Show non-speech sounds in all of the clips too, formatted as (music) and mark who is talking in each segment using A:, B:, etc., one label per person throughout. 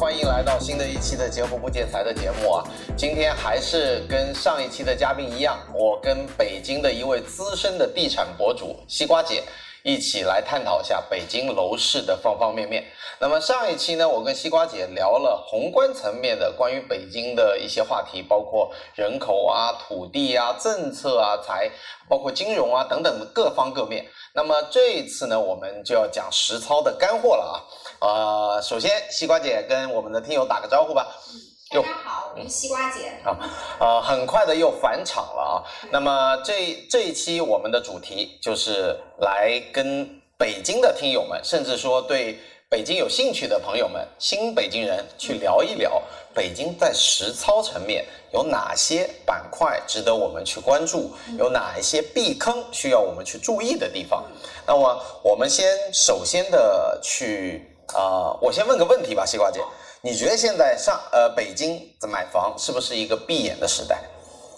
A: 欢迎来到新的一期的《截胡不见财》的节目啊！今天还是跟上一期的嘉宾一样，我跟北京的一位资深的地产博主西瓜姐一起来探讨一下北京楼市的方方面面。那么上一期呢，我跟西瓜姐聊了宏观层面的关于北京的一些话题，包括人口啊、土地啊、政策啊、财，包括金融啊等等的各方各面。那么这一次呢，我们就要讲实操的干货了啊！呃，首先西瓜姐跟我们的听友打个招呼吧。
B: 大家好，我是西瓜姐。
A: 呃，很快的又返场了啊。那么这这一期我们的主题就是来跟北京的听友们，甚至说对北京有兴趣的朋友们，新北京人去聊一聊北京在实操层面有哪些板块值得我们去关注，有哪一些避坑需要我们去注意的地方。那么我们先首先的去啊、呃我先问个问题吧，西瓜姐。你觉得现在上呃北京的买房是不是一个闭眼的时代？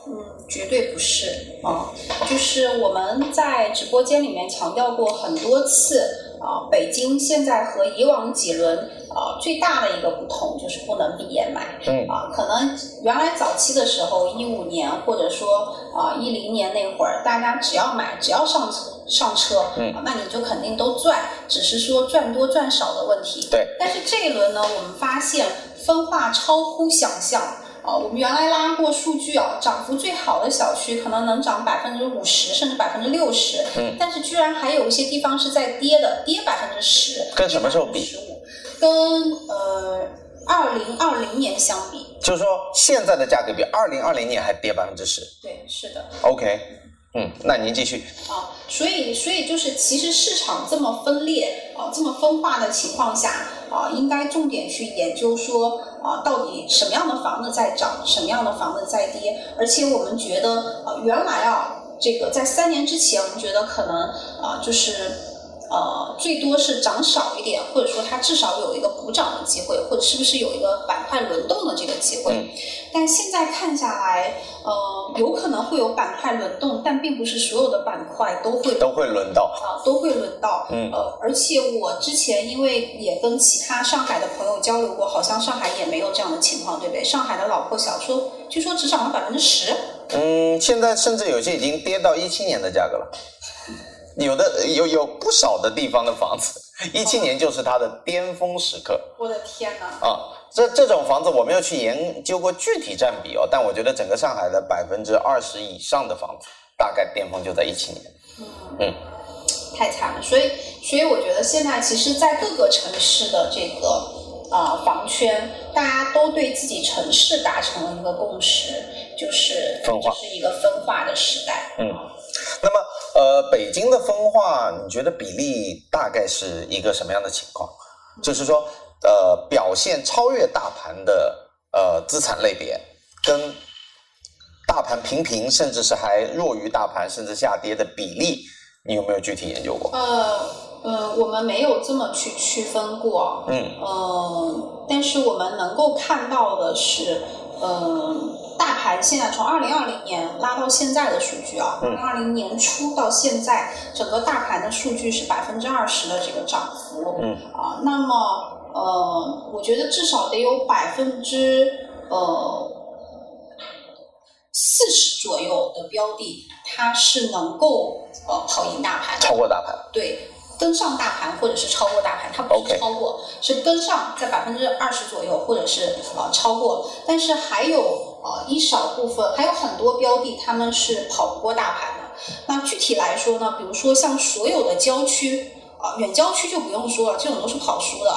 B: 嗯，绝对不是啊、就是我们在直播间里面强调过很多次啊、北京现在和以往几轮啊、最大的一个不同就是不能闭眼买。
A: 嗯
B: 啊，可能原来早期的时候，一五年或者说啊一零年那会儿，大家只要买，只要上车上车，
A: 嗯
B: 啊那你就肯定都赚，只是说赚多赚少的问题。
A: 对。
B: 但是这一轮呢，我们发现分化超乎想象。啊，我们原来拉过数据啊，涨幅最好的小区可能能涨百分之五十甚至百分之六十，
A: 嗯
B: 但是居然还有一些地方是在跌的，跌百分之十，
A: 跟什么时候比
B: 十五，跟呃二零二零年相比，
A: 就是说现在的价格比二零二零年还跌百分之十。
B: 对，是的
A: OK，嗯，那您继续。
B: 啊，所以所以就是，其实市场这么分裂啊，这么分化的情况下啊，应该重点去研究说啊，到底什么样的房子在涨，什么样的房子在跌，而且我们觉得啊，原来啊，这个在三年之前，我们觉得可能啊，就是。呃，最多是涨少一点，或者说它至少有一个补涨的机会，或者是不是有一个板块轮动的这个机会？
A: 嗯
B: 但现在看下来，呃，有可能会有板块轮动，但并不是所有的板块都会
A: 都会轮到。
B: 啊、都会轮到。
A: 嗯
B: 呃，而且我之前因为也跟其他上海的朋友交流过，好像上海也没有这样的情况，对不对？上海的老破小说，据说只涨了百分之十。
A: 嗯，现在甚至有些已经跌到一七年的价格了，有的有有不少的地方的房子，一七年就是它的巅峰时刻。
B: 我的天哪！
A: 啊，这这种房子我没有去研究过具体占比哦，但我觉得整个上海的百分之二十以上的房子，大概巅峰就在一七年。
B: 嗯
A: 嗯
B: 太惨了。所以，所以我觉得现在其实，在各个城市的这个呃房圈，大家都对自己城市达成了一个共识，就是
A: 分化
B: 这是一个分化的时代。
A: 嗯那么，呃，北京的分化，你觉得比例大概是一个什么样的情况？就是说，呃，表现超越大盘的呃资产类别，跟大盘平平，甚至是还弱于大盘，甚至下跌的比例，你有没有具体研究过？
B: 呃呃，我们没有这么去区分过，
A: 嗯
B: 呃，但是我们能够看到的是，呃，大盘现在从二零二零年拉到现在的数据啊，
A: 嗯
B: 二零年初到现在，整个大盘的数据是百分之二十的这个涨幅，
A: 嗯
B: 啊，那么呃，我觉得至少得有百分之呃四十左右的标的，它是能够呃跑赢大盘的，
A: 超过大盘。
B: 对，跟上大盘或者是超过大盘，它不
A: OK
B: 是超过是跟上在百分之二十左右，或者是呃超过。但是还有呃一少部分，还有很多标的，他们是跑不过大盘的。那具体来说呢，比如说像所有的郊区。啊，远郊区就不用说了，这种都是跑输的。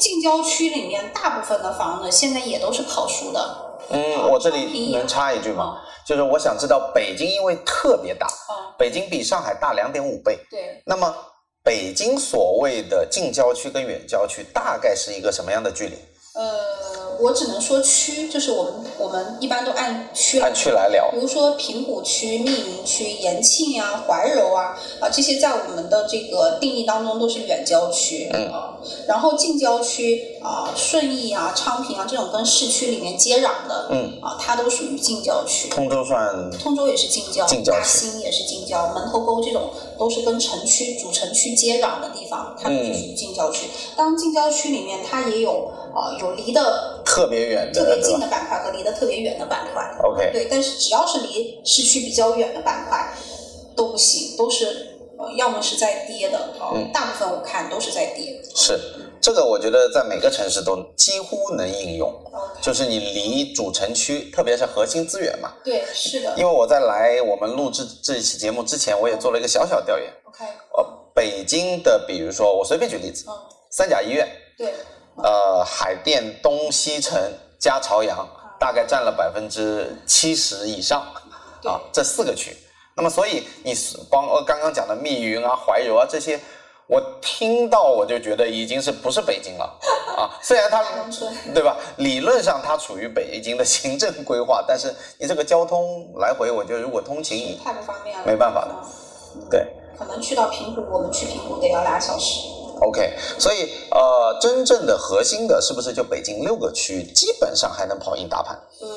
B: 近郊区里面大部分的房子现在也都是跑输的。
A: 嗯，我这
B: 啊
A: 里能插一句吗？就是我想知道，北京因为特别大，
B: 嗯，
A: 北京比上海大两点五倍。
B: 对，
A: 那么，北京所谓的近郊区跟远郊区大概是一个什么样的距离？
B: 呃，我只能说区，就是我们我们一般都按区来
A: 按区来聊
B: 比，如说平谷区、密云区、延庆啊、怀柔啊啊，这些在我们的这个定义当中都是远郊区
A: 嗯
B: 啊、然后近郊区啊、顺义啊、昌平啊这种跟市区里面接壤的，
A: 嗯
B: 啊，它都属于近郊区。
A: 通州算
B: 通州也是近郊，
A: 近郊区
B: 大兴也是近郊，门头沟这种都是跟城
A: 嗯
B: 区、主城区接壤的地方，它都是属于近郊区。当然，近郊区里面它也有呃有离得
A: 特别远
B: 特
A: 的，
B: 别
A: 对
B: 近
A: 吧
B: 的板块和离得特别远的板块。
A: ？OK，
B: 对，但是只要是离市区比较远的板块都不行，都是呃要么是在跌的，呃
A: 嗯
B: 大部分我看都是在跌。
A: 是这个，我觉得在每个城市都几乎能应用，
B: 嗯
A: 就是你离主城区，特别是核心资源嘛。
B: 对，是的
A: 因为我在来我们录制这一期节目之前，我也做了一个小小调研。
B: ，OK，
A: 呃，北京的，比如说我随便举例子，
B: 嗯，
A: 三甲医院，
B: 对，
A: 呃，海淀东西城加朝阳，大概占了百分之七十以上
B: 对
A: 啊，这四个区。那么，所以你是光呃刚刚讲的密云啊、怀柔啊这些，我听到我就觉得已经是不是北京了啊？虽然
B: (laughs)
A: 它
B: 大农村。
A: 对吧？理论上它处于北京的行政规划，但是你这个交通来回，我觉得如果通勤，
B: 太不方便了，
A: 没办法的
B: 嗯。
A: 对
B: 可能去到平谷，我们去平谷得要俩小时。
A: OK，所以呃，真正的核心的是不是就北京六个区，基本上还能跑赢大盘？
B: 呃，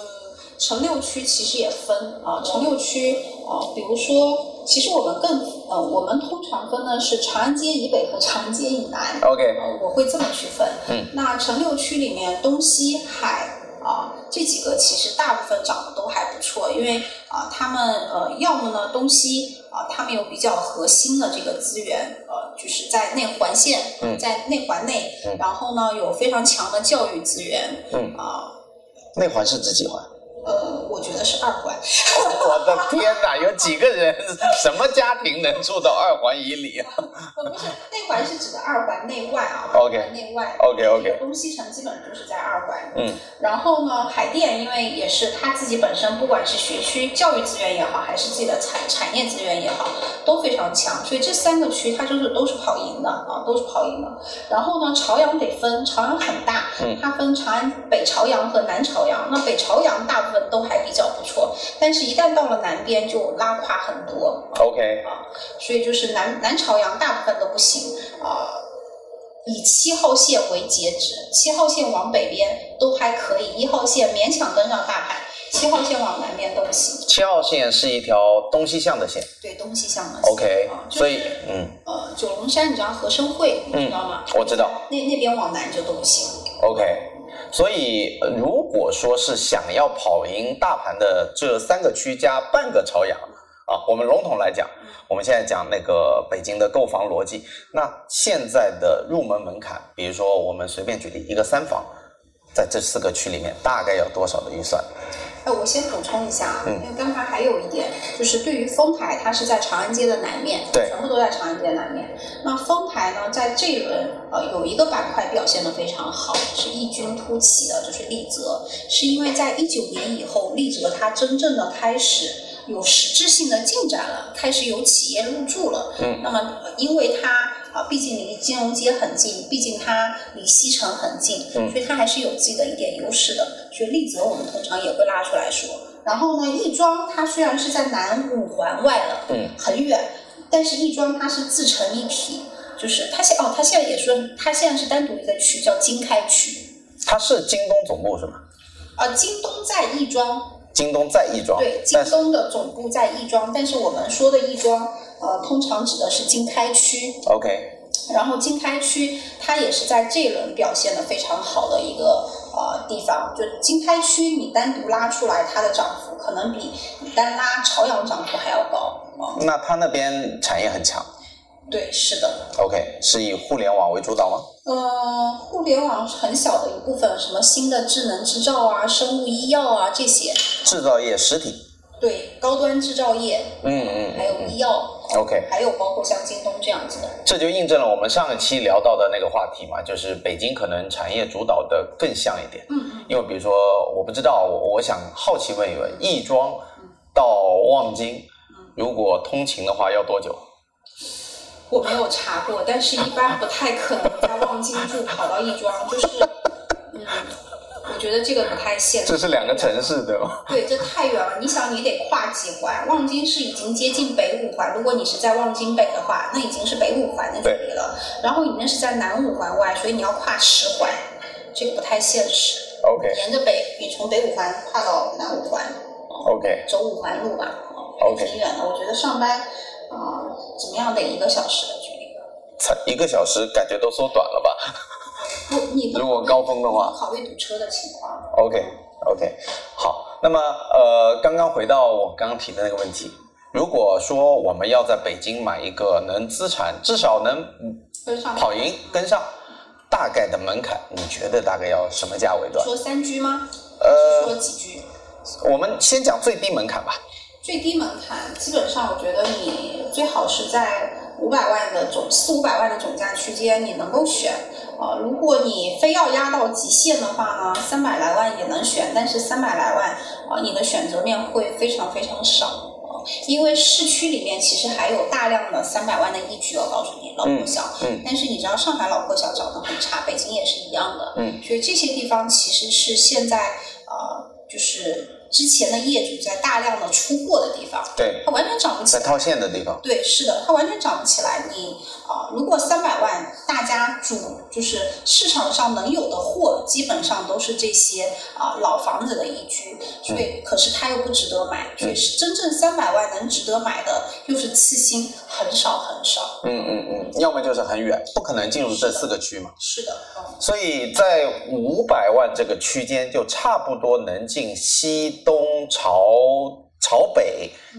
B: 城六区其实也分啊、城六区啊、比如说，其实我们更呃，我们通常分呢是长安街以北和长安街以南。
A: OK，
B: 呃，我会这么区分。
A: 嗯，
B: 那城六区里面，东西海啊、这几个其实大部分长得都还不错，因为啊、他们呃，要么呢东西啊、他们有比较核心的这个资源，呃，就是在内环线，
A: 嗯
B: 在内环内，
A: 嗯
B: 然后呢有非常强的教育资源，
A: 嗯
B: 啊、
A: 内环是指几环？ (laughs)
B: 呃，我觉得是二环，
A: 我的天哪，有几个人，什么家庭能住到二环以里啊
B: 呃，不是内环是指的二环内外啊
A: OK
B: 二环内外。
A: ？OK
B: 这个
A: OK，
B: 东西城基本上就是在二环，
A: 嗯，
B: 然后呢，海淀因为也是它自己本身，不管是学区教育资源也好，还是自己的产产业资源也好，都非常强，所以这三个区它就是都是跑赢的啊，都是跑赢的。然后呢，朝阳得分，朝阳很大
A: 嗯，
B: 它分长安北朝阳和南朝阳。那北朝阳大部分都还比较不错，但是一旦到了南边就拉垮很多。
A: OK
B: 所以就是南南朝阳大部分都不行啊、以七号线为截止，七号线往北边都还可以，一号线勉强跟上大盘，七号线往南边都不行。
A: 七号线是一条东西向的线
B: 对东西向的线
A: ，OK，
B: 啊就是、
A: 所以嗯，
B: 呃，九龙山你知道和生汇，你知道吗？
A: 我知道
B: 那那边往南就都不行。
A: OK，所以呃如果说是想要跑赢大盘的这三个区加半个朝阳啊，我们笼统来讲，我们现在讲那个北京的购房逻辑，那现在的入门门槛，比如说我们随便举例一个三房，在这四个区里面大概要多少的预算？
B: 哎，我先补充一下啊，
A: 嗯
B: 因为刚才还有一点，就是对于丰台，它是在长安街的南面，
A: 对
B: 全部都在长安街南面。那丰台呢，在这一轮呃有一个板块表现得非常好，是异军突起的，就是丽泽，是因为在一九年以后，丽泽它真正的开始。有实质性的进展了，开始有企业入驻了。
A: 嗯
B: 那么呃因为它啊，毕竟离金融街很近，毕竟它离西城很近，
A: 嗯
B: 所以它还是有自己的一点优势的。所以丽泽我们通常也会拉出来说。然后呢，亦庄它虽然是在南五环外了，
A: 嗯，
B: 很远，但是亦庄它是自成一体，就是它现哦，它现在也说它现在是单独一个区叫经开区，
A: 它是京东总部是吗？
B: 啊，京东在亦庄，
A: 京东在亦庄，
B: 对，京
A: 哦但是
B: 东的总部在亦庄，但是我们说的亦庄，呃，通常指的是经开区，
A: OK
B: 然后经开区它也是在这一轮表现的非常好的一个呃地方，就是经开区你单独拉出来它的涨幅可能比你单拉朝阳涨幅还要高。哦，
A: 那它那边产业很强
B: 对，是的，
A: ，OK 是以互联网为主导吗？
B: 呃，互联网很小的一部分，什么新的智能制造啊、生物医药啊这些，
A: 制造业实体，
B: 对，高端制造业，
A: 嗯嗯嗯
B: 还有医药，
A: ，OK。
B: 还有包括像京东这样子的，
A: 这就印证了我们上一期聊到的那个话题嘛，就是北京可能产业主导的更像一点。
B: 嗯嗯，
A: 因为比如说，我不知道，我我想好奇问一问，亦庄到望京，如果通勤的话要多久？
B: 我没有查过，但是一般不太可能在望京住跑到亦庄，就是，嗯，我觉得这个不太现实。
A: 这是两个城市对 (laughs) 吧？
B: 对，这太远了。你想，你得跨几环？望京是已经接近北五环，如果你是在望京北的话，那已经是北五环的距离了。然后你那是在南五环外，所以你要跨十环，这个不太现实。
A: OK
B: 沿着北，你从北五环跨到南五环，
A: OK
B: 走五环路吧，哦
A: OK
B: 挺远的。我觉得上班，啊、怎么样得一个小时的距离。
A: 才一个小时，感觉都缩短了吧？
B: 不，你不
A: 如果高峰的话
B: 考虑堵车的情况。
A: OK OK，好，那么呃，刚刚回到我刚刚提的那个问题，如果说我们要在北京买一个能资产至少能
B: 跟上
A: 跑赢跟上，大概的门槛，你觉得大概要什么价位段？
B: 说三居吗？
A: 呃
B: 是说几居？
A: 我们先讲最低门槛吧。
B: 最低门槛，基本上我觉得你最好是在五百万的总四五百万的总价区间，你能够选。呃，如果你非要压到极限的话呢，三百来万也能选，但是三百来万，呃，你的选择面会非常非常少。呃因为市区里面其实还有大量的三百万的一居，我告诉你，老破小。
A: 嗯嗯
B: 但是你知道上海老破小找的很差，北京也是一样的。
A: 嗯。
B: 所以这些地方其实是现在呃，就是之前的业主在大量的出货的地方。
A: 对，
B: 它完全涨不起
A: 在
B: 来。
A: 套现的地方，
B: 对，是的，它完全涨不起来。你啊、呃如果三百万，大家主就是市场上能有的货，基本上都是这些啊、老房子的宜居，所以可是它又不值得买，所以是真正三百万能值得买的，又是次新，很少很少。
A: 嗯嗯嗯，要么就是很远，不可能进入这四个区嘛。
B: 是的，嗯，
A: 所以在五百万这个区间，就差不多能进西东朝朝北、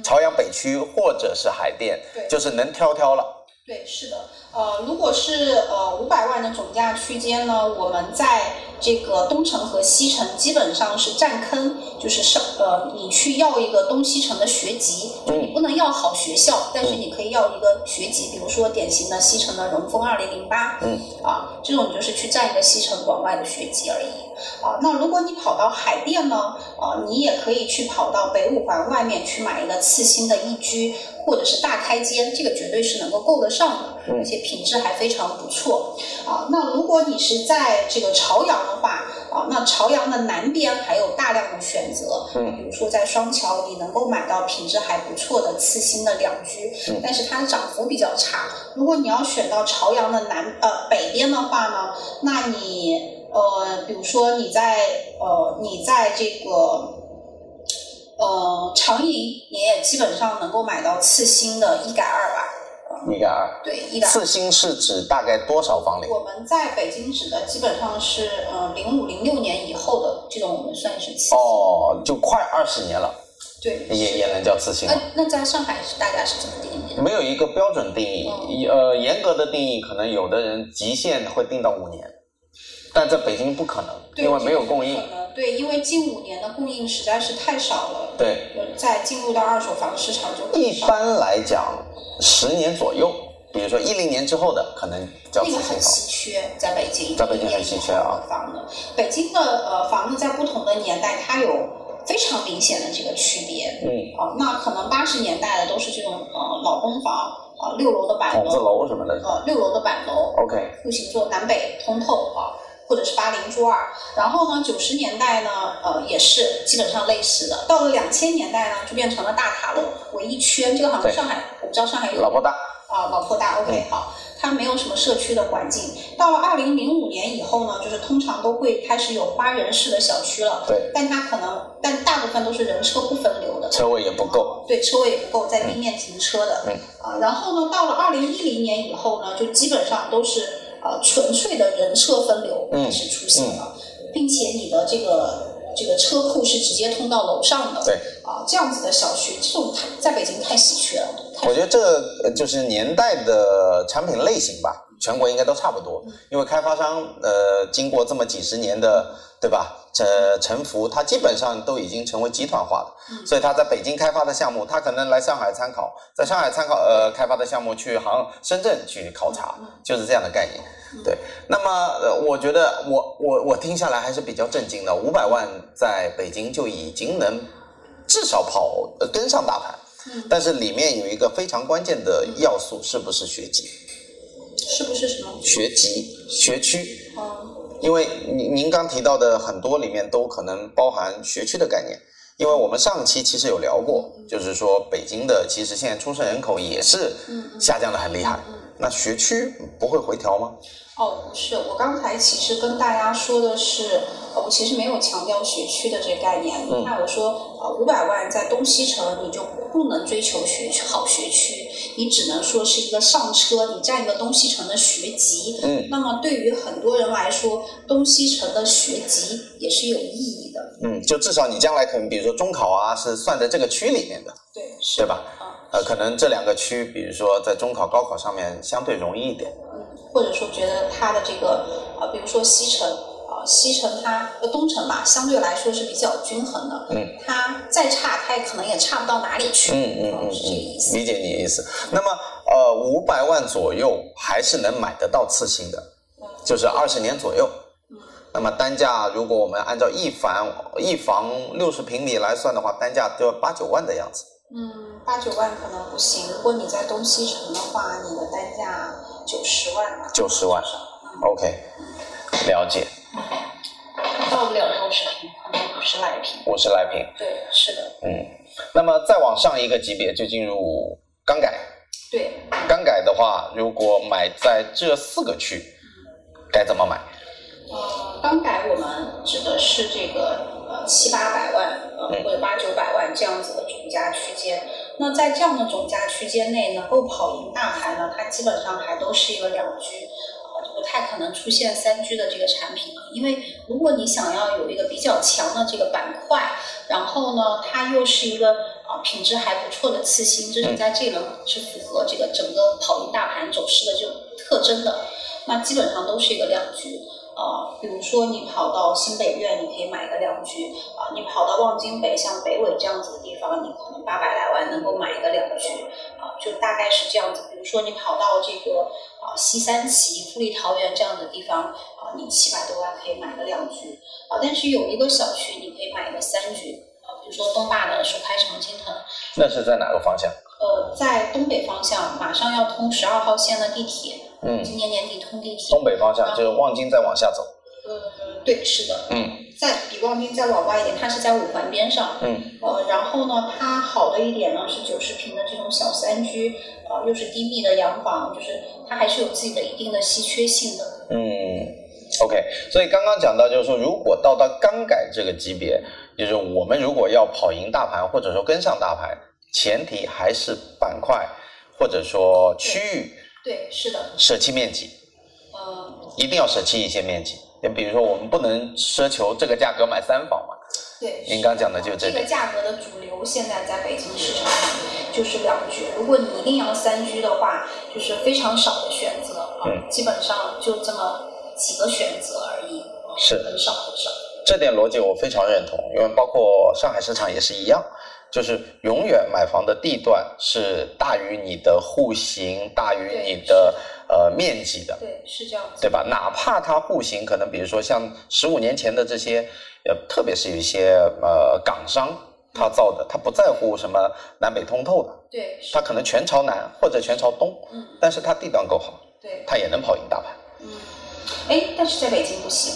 A: 朝阳北区或者是海淀，
B: 对
A: 就是能挑挑了。
B: 对，是的，呃，如果是呃五百万的总价区间呢，我们在这个东城和西城基本上是占坑，就是上呃，你去要一个东西城的学籍，就
A: 嗯
B: 你不能要好学校，但是你可以要一个学籍，比如说典型的西城的荣丰二零零八，
A: 嗯，
B: 啊，这种就是去占一个西城往外的学籍而已。啊，那如果你跑到海淀呢，啊，你也可以去跑到北五环外面去买一个次新的一居或者是大开间，这个绝对是能够够得上的，而且品质还非常不错。啊，那如果你是在这个朝阳的话，啊，那朝阳的南边还有大量的选择，
A: 嗯
B: 比如说在双桥，你能够买到品质还不错的次新的两居，
A: 嗯
B: 但是它的涨幅比较差。如果你要选到朝阳的南呃北边的话呢，那你呃，比如说你在呃你在这个呃长营，你也基本上能够买到次新的一改二吧？
A: 你看啊，
B: 对，一改二。
A: 次新是指大概多少房龄？
B: 我们在北京指的基本上是呃零五零六年以后的这种，我们算是次新。
A: 哦，哎就快二十年了，
B: 对，
A: 也也能叫次新
B: 那
A: 了。
B: 那在上海是大家是怎么定义的？
A: 没有一个标准定义，呃，严格的定义，可能有的人极限会定到五年，但在北京不可能，
B: 对
A: 因为没有供
B: 可
A: 应。
B: 能对，因为近五年的供应实在是太少了，
A: 对，
B: 呃再进入到二手房市场就更
A: 一
B: 少
A: 般来讲，十年左右，比如说一零年之后的，可能叫次
B: 那个
A: 新
B: 很
A: 房。
B: 稀缺，在北京，
A: 在北京很稀缺啊
B: 房子，北京的呃房子在不同的年代，它有非常明显的这个区别。
A: 嗯，
B: 哦、那可能八十年代的都是这种呃老公房，啊、六楼的板
A: 筒子
B: 楼，
A: 楼什么的。
B: 呃六楼的板楼，
A: OK，
B: 户型做南北通透啊，或者是八零桌二。然后呢，九十年代呢，呃，也是基本上类似的。到了两千年代呢，就变成了大塔楼围一圈，这个好像
A: 对
B: 上海，我不知道上海有
A: 老婆大。嗯
B: 啊，老破大 OK 好，它没有什么社区的环境。到了二零零五年以后呢，就是通常都会开始有花园式的小区了，
A: 对，
B: 但它可能，但大部分都是人车不分流的，
A: 车位也不够。
B: 对，车位也不够，在地面停车的。
A: 嗯
B: 啊，然后呢，到了二零一零年以后呢，就基本上都是呃纯粹的人车分流
A: 嗯
B: 开始出现了，并且你的这个这个车库是直接通到楼上的。
A: 对。
B: 啊，这样子的小区，这种太在北京太稀缺了。太
A: 我觉得这个呃就是年代的产品类型吧，全国应该都差不多，
B: 嗯
A: 因为开发商呃经过这么几十年的对吧，呃沉浮，它基本上都已经成为集团化了，
B: 嗯
A: 所以它在北京开发的项目，它可能来上海参考，在上海参考呃开发的项目去杭深圳去考察
B: 嗯嗯，嗯
A: 就是这样的概念。对，那么呃我觉得我我我听下来还是比较震惊的，五百万在北京就已经能至少跑呃跟上大盘。
B: 嗯
A: 但是里面有一个非常关键的要素，是不是学籍？
B: 是不是什么？
A: 学籍、学区，
B: 嗯，
A: 因为您您刚提到的很多里面都可能包含学区的概念。因为我们上期其实有聊过，就是说北京的其实现在出生人口也是下降的很厉害，那学区不会回调吗？
B: 哦，不是，我刚才其实跟大家说的是，我其实没有强调学区的这个概念。
A: 嗯
B: 你看，我说呃五百万在东西城，你就不能追求学区好学区，你只能说是一个上车，你占一个东西城的学籍。
A: 嗯
B: 那么对于很多人来说，东西城的学籍也是有意义的。
A: 嗯，就至少你将来可能比如说中考啊是算在这个区里面的，
B: 对，是
A: 对？吧？
B: 啊、
A: 呃，可能这两个区，比如说在中考、高考上面相对容易一点。
B: 或者说觉得它的这个呃，比如说西城呃，西城它呃东城吧，相对来说是比较均衡的。
A: 嗯，
B: 它再差，它也可能也差不到哪里去。
A: 嗯嗯
B: 啊
A: 嗯
B: 是这个意
A: 嗯，
B: 思。
A: 理解你的意思。那么呃，五百万左右还是能买得到次新的，就是二十年左右。那么单价，如果我们按照一房一房六十平米来算的话，单价就要八九万的样子。
B: 嗯，八九万可能不行。如果你在东西城的话，你的单价九十万吧。
A: 90万
B: 嗯，
A: OK，了解，
B: 到不了六十平，可能五十来平。
A: 五十来平。
B: 对，是的，
A: 嗯，那么再往上一个级别就进入刚改。
B: 对。
A: 刚改的话，如果买在这四个区，该怎么买？
B: 呃，刚改我们指的是这个呃七八百万呃
A: 嗯
B: 或者八九百万这样子的总价区间。那在这样的总价区间内，能够跑赢大盘呢，它基本上还都是一个两居。呃不太可能出现三居的这个产品了，因为如果你想要有一个比较强的这个板块，然后呢，它又是一个啊、呃品质还不错的次新，这是在这轮是符合这个整个跑赢大盘走势的这种特征的，那基本上都是一个两居。啊，比如说你跑到新北苑，你可以买一个两居啊；你跑到望京北，像北纬这样子的地方，你可能八百来万能够买一个两居啊，就大概是这样子。比如说你跑到这个啊西三旗、富力桃园这样的地方啊，你七百多万可以买个两居啊，但是有一个小区你可以买一个三居啊，比如说东大的首开长青藤，
A: 那是在哪个方向？
B: 呃，在东北方向马上要通十二号线的地铁，
A: 嗯，
B: 今年年底通地铁。
A: 东北方向就是望京再往下走。
B: 呃，对，是的，
A: 嗯
B: 再比望京再往外一点，它是在五环边上。
A: 嗯
B: 呃，然后呢，它好的一点呢是九十平的这种小三居，呃，又是低密的洋房，就是它还是有自己的一定的稀缺性的。
A: 嗯，OK。所以刚刚讲到，就是说，如果到达刚改这个级别，就是我们如果要跑赢大盘，或者说跟上大盘，前提还是板块或者说区域
B: 对，是的，
A: 舍弃面积，
B: 呃，
A: 一定要舍弃一些面积。就比如说，我们不能奢求这个价格买三房嘛。
B: 对。
A: 您
B: 是
A: 刚讲的就这
B: 这
A: 点
B: 个价格的主流现在在北京市场就是两居，如果你一定要三居的话，就是非常少的选择啊，
A: 嗯
B: 基本上就这么几个选择而已，啊
A: 是
B: 很少很少。
A: 这点逻辑我非常认同，因为包括上海市场也是一样，就是永远买房的地段是大于你的户型，大于你的呃面积的，
B: 对，是这样子。
A: 对吧？哪怕它户型可能比如说像十五年前的这些，呃，特别是有一些呃港商他造的，他不在乎什么南北通透的，
B: 对，是
A: 他可能全朝南或者全朝东，
B: 嗯，
A: 但是他地段够好，
B: 对。
A: 他也能跑赢大盘。
B: 嗯，哎，但是在北京不行。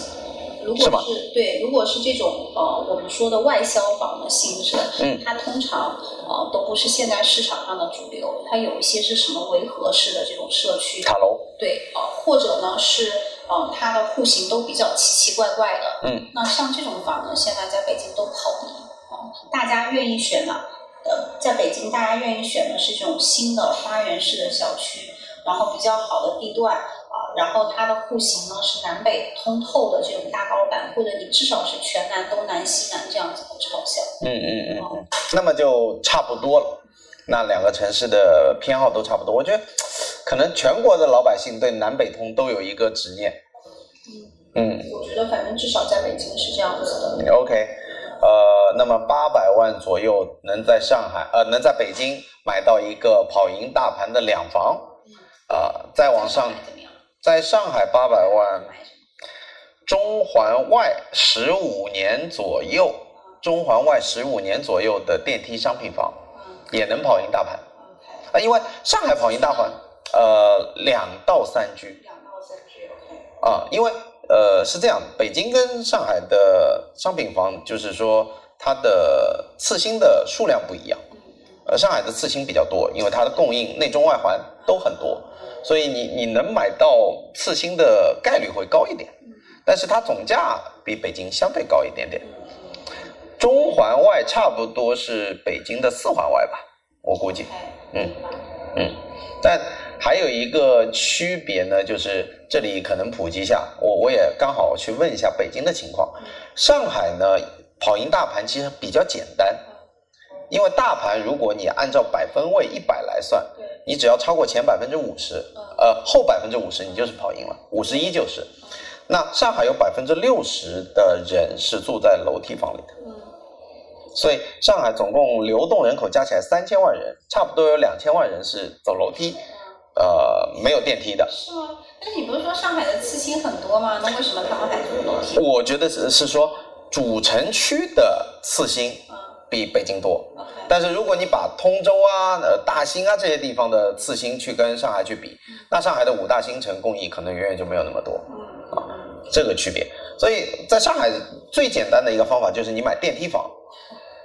B: 如果
A: 是吗
B: 对，如果是这种呃，我们说的外销房的性质，
A: 嗯，
B: 它通常呃都不是现在市场上的主流，它有一些是什么维和式的这种社区，
A: 塔楼，
B: 对，呃，或者呢是呃它的户型都比较奇奇怪怪的，
A: 嗯，
B: 那像这种房呢，现在在北京都跑赢，啊，大家愿意选呢，呃，在北京大家愿意选的是这种新的花园式的小区，然后比较好的地段啊，然后它的户型呢是南北通透的这种大高板，或者你至少是全南、东南、西南这样子的朝向。
A: 嗯嗯嗯
B: 哦
A: 嗯，那么就差不多了。那两个城市的偏好都差不多，我觉得可能全国的老百姓对南北通都有一个执念。嗯
B: 我觉得反正至少在北京是这样子的。
A: ，OK，呃，那么八百万左右能在上海，呃，能在北京买到一个跑赢大盘的两房，啊、再往上，嗯
B: 怎么样？
A: 在上海八百万，
B: 买什么？
A: 中环外十五年左右，中环外十五年左右的电梯商品房
B: 嗯
A: 也能跑赢大盘。
B: ，OK，
A: 啊，因为上海跑赢大环，呃，两到三居
B: 两到三居，OK。
A: 啊，因为呃是这样，北京跟上海的商品房就是说它的次新的数量不一样，
B: 嗯
A: 呃，上海的次新比较多，因为它的供应内中外环都很多，所以你你能买到次新的概率会高一点。
B: 嗯嗯
A: 但是它总价比北京相对高一点点。中环外差不多是北京的四环外吧，我估计。嗯嗯，但还有一个区别呢，就是这里可能普及一下，我我也刚好去问一下北京的情况。上海呢，跑赢大盘其实比较简单，因为大盘如果你按照百分位一百来算，
B: 对，嗯
A: 你只要超过前百分之五十，呃，后百分之五十你就是跑赢了，五十一就是。那上海有百分之六十的人是住在楼梯房里的，
B: 嗯
A: 所以上海总共流动人口加起来三千万人，差不多有两千万人是走楼梯，呃，没有电梯的。
B: 是吗？但是你不是说上海的刺青很多吗？那为什么他们还住楼梯？
A: 我觉得是是说主城区的次新
B: 啊
A: 比北京多，
B: ，OK，
A: 但是如果你把通州啊、呃大兴啊这些地方的次新去跟上海去比，那上海的五大新城供应可能远远就没有那么多。
B: 嗯
A: 这个区别。所以在上海最简单的一个方法就是你买电梯房，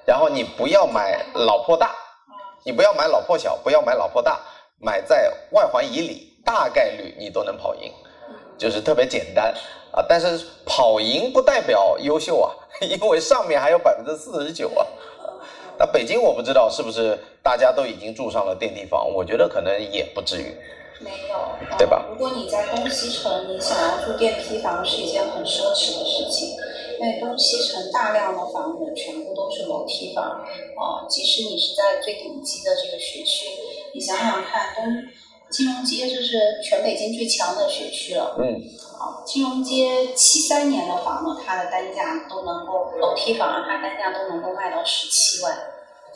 A: 然后你不要买老破大，你不要买老破小，不要买老破大，买在外环以里，大概率你都能跑赢，就是特别简单啊。但是跑赢不代表优秀啊，因为上面还有百分之四十九啊。 (laughs) 那北京我不知道是不是大家都已经住上了电梯房，我觉得可能也不至于。
B: 没有，呃
A: 对吧
B: 如果你在东西城，你想要住电梯房是一件很奢侈的事情，因为东西城大量的房源全部都是楼梯房，啊，即使你是在最顶级的这个学区，你想想看，东金融街这是全北京最强的学区了，
A: 嗯，
B: 啊，金融街七三年的房子，它的单价都能够楼梯房，啊，它单价都能够卖到十七万，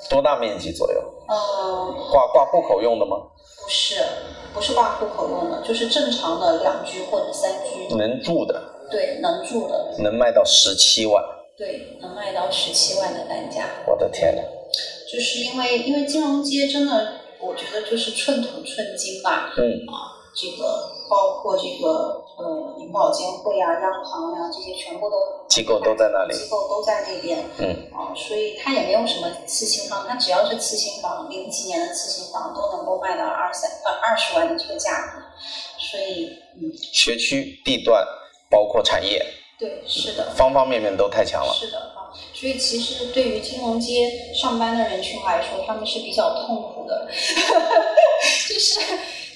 A: 多大面积左右？
B: 嗯，
A: 挂挂户口用的吗？
B: 不是，不是挂户口用的，就是正常的两居或者三居，
A: 能住的。
B: 对，能住的，
A: 能卖到十七万，
B: 对，能卖到十七万的单价，
A: 我的天哪！
B: 就是因为因为金融街真的，我觉得就是寸土寸金吧，
A: 嗯，
B: 这个包括这个呃银保监会啊、央行啊这些全部都
A: 机构都在那里
B: 机构都在那边，
A: 嗯
B: 啊，所以它也没有什么次新房，它只要是次新房，零几年的次新房都能够卖到二三呃二十万的这个价格，所以嗯，
A: 学区地段包括产业
B: 对，是的。
A: 方方面面都太强了。
B: 是的啊，所以其实对于金融街上班的人群来说，他们是比较痛苦的， (laughs) 就是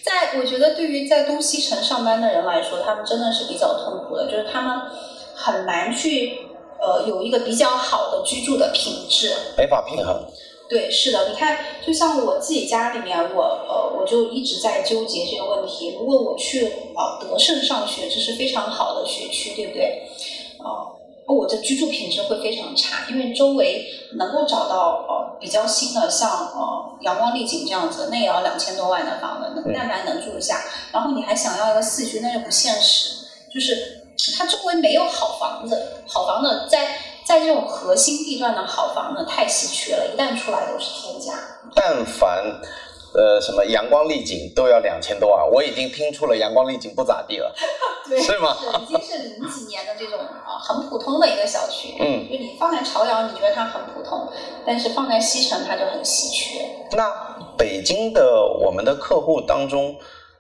B: 在我觉得对于在东西城上班的人来说，他们真的是比较痛苦的，就是他们很难去呃有一个比较好的居住的品质。
A: 没法平衡，
B: 对，是的，你看，就像我自己家里面，我呃，我就一直在纠结这个问题。如果我去呃德胜上学，这是非常好的学区，对不对？哦、呃，我的居住品质会非常差，因为周围能够找到呃比较新的，像呃阳光丽景这样子，那也要两千多万的房子，能但凡能住得下。然后你还想要一个四居，那就不现实。就是它周围没有好房子，好房子在在这种核心地段的好房子太稀缺了，一旦出来都是天价。
A: 但凡呃什么阳光丽景都要两千多万，我已经听出了阳光丽景不咋地了，
B: 对
A: 是吗？
B: 已经是零几年的这种啊很普通的一个小区。
A: 嗯，
B: 就你放在朝阳，你觉得它很普通，但是放在西城，它就很稀缺。
A: 那北京的我们的客户当中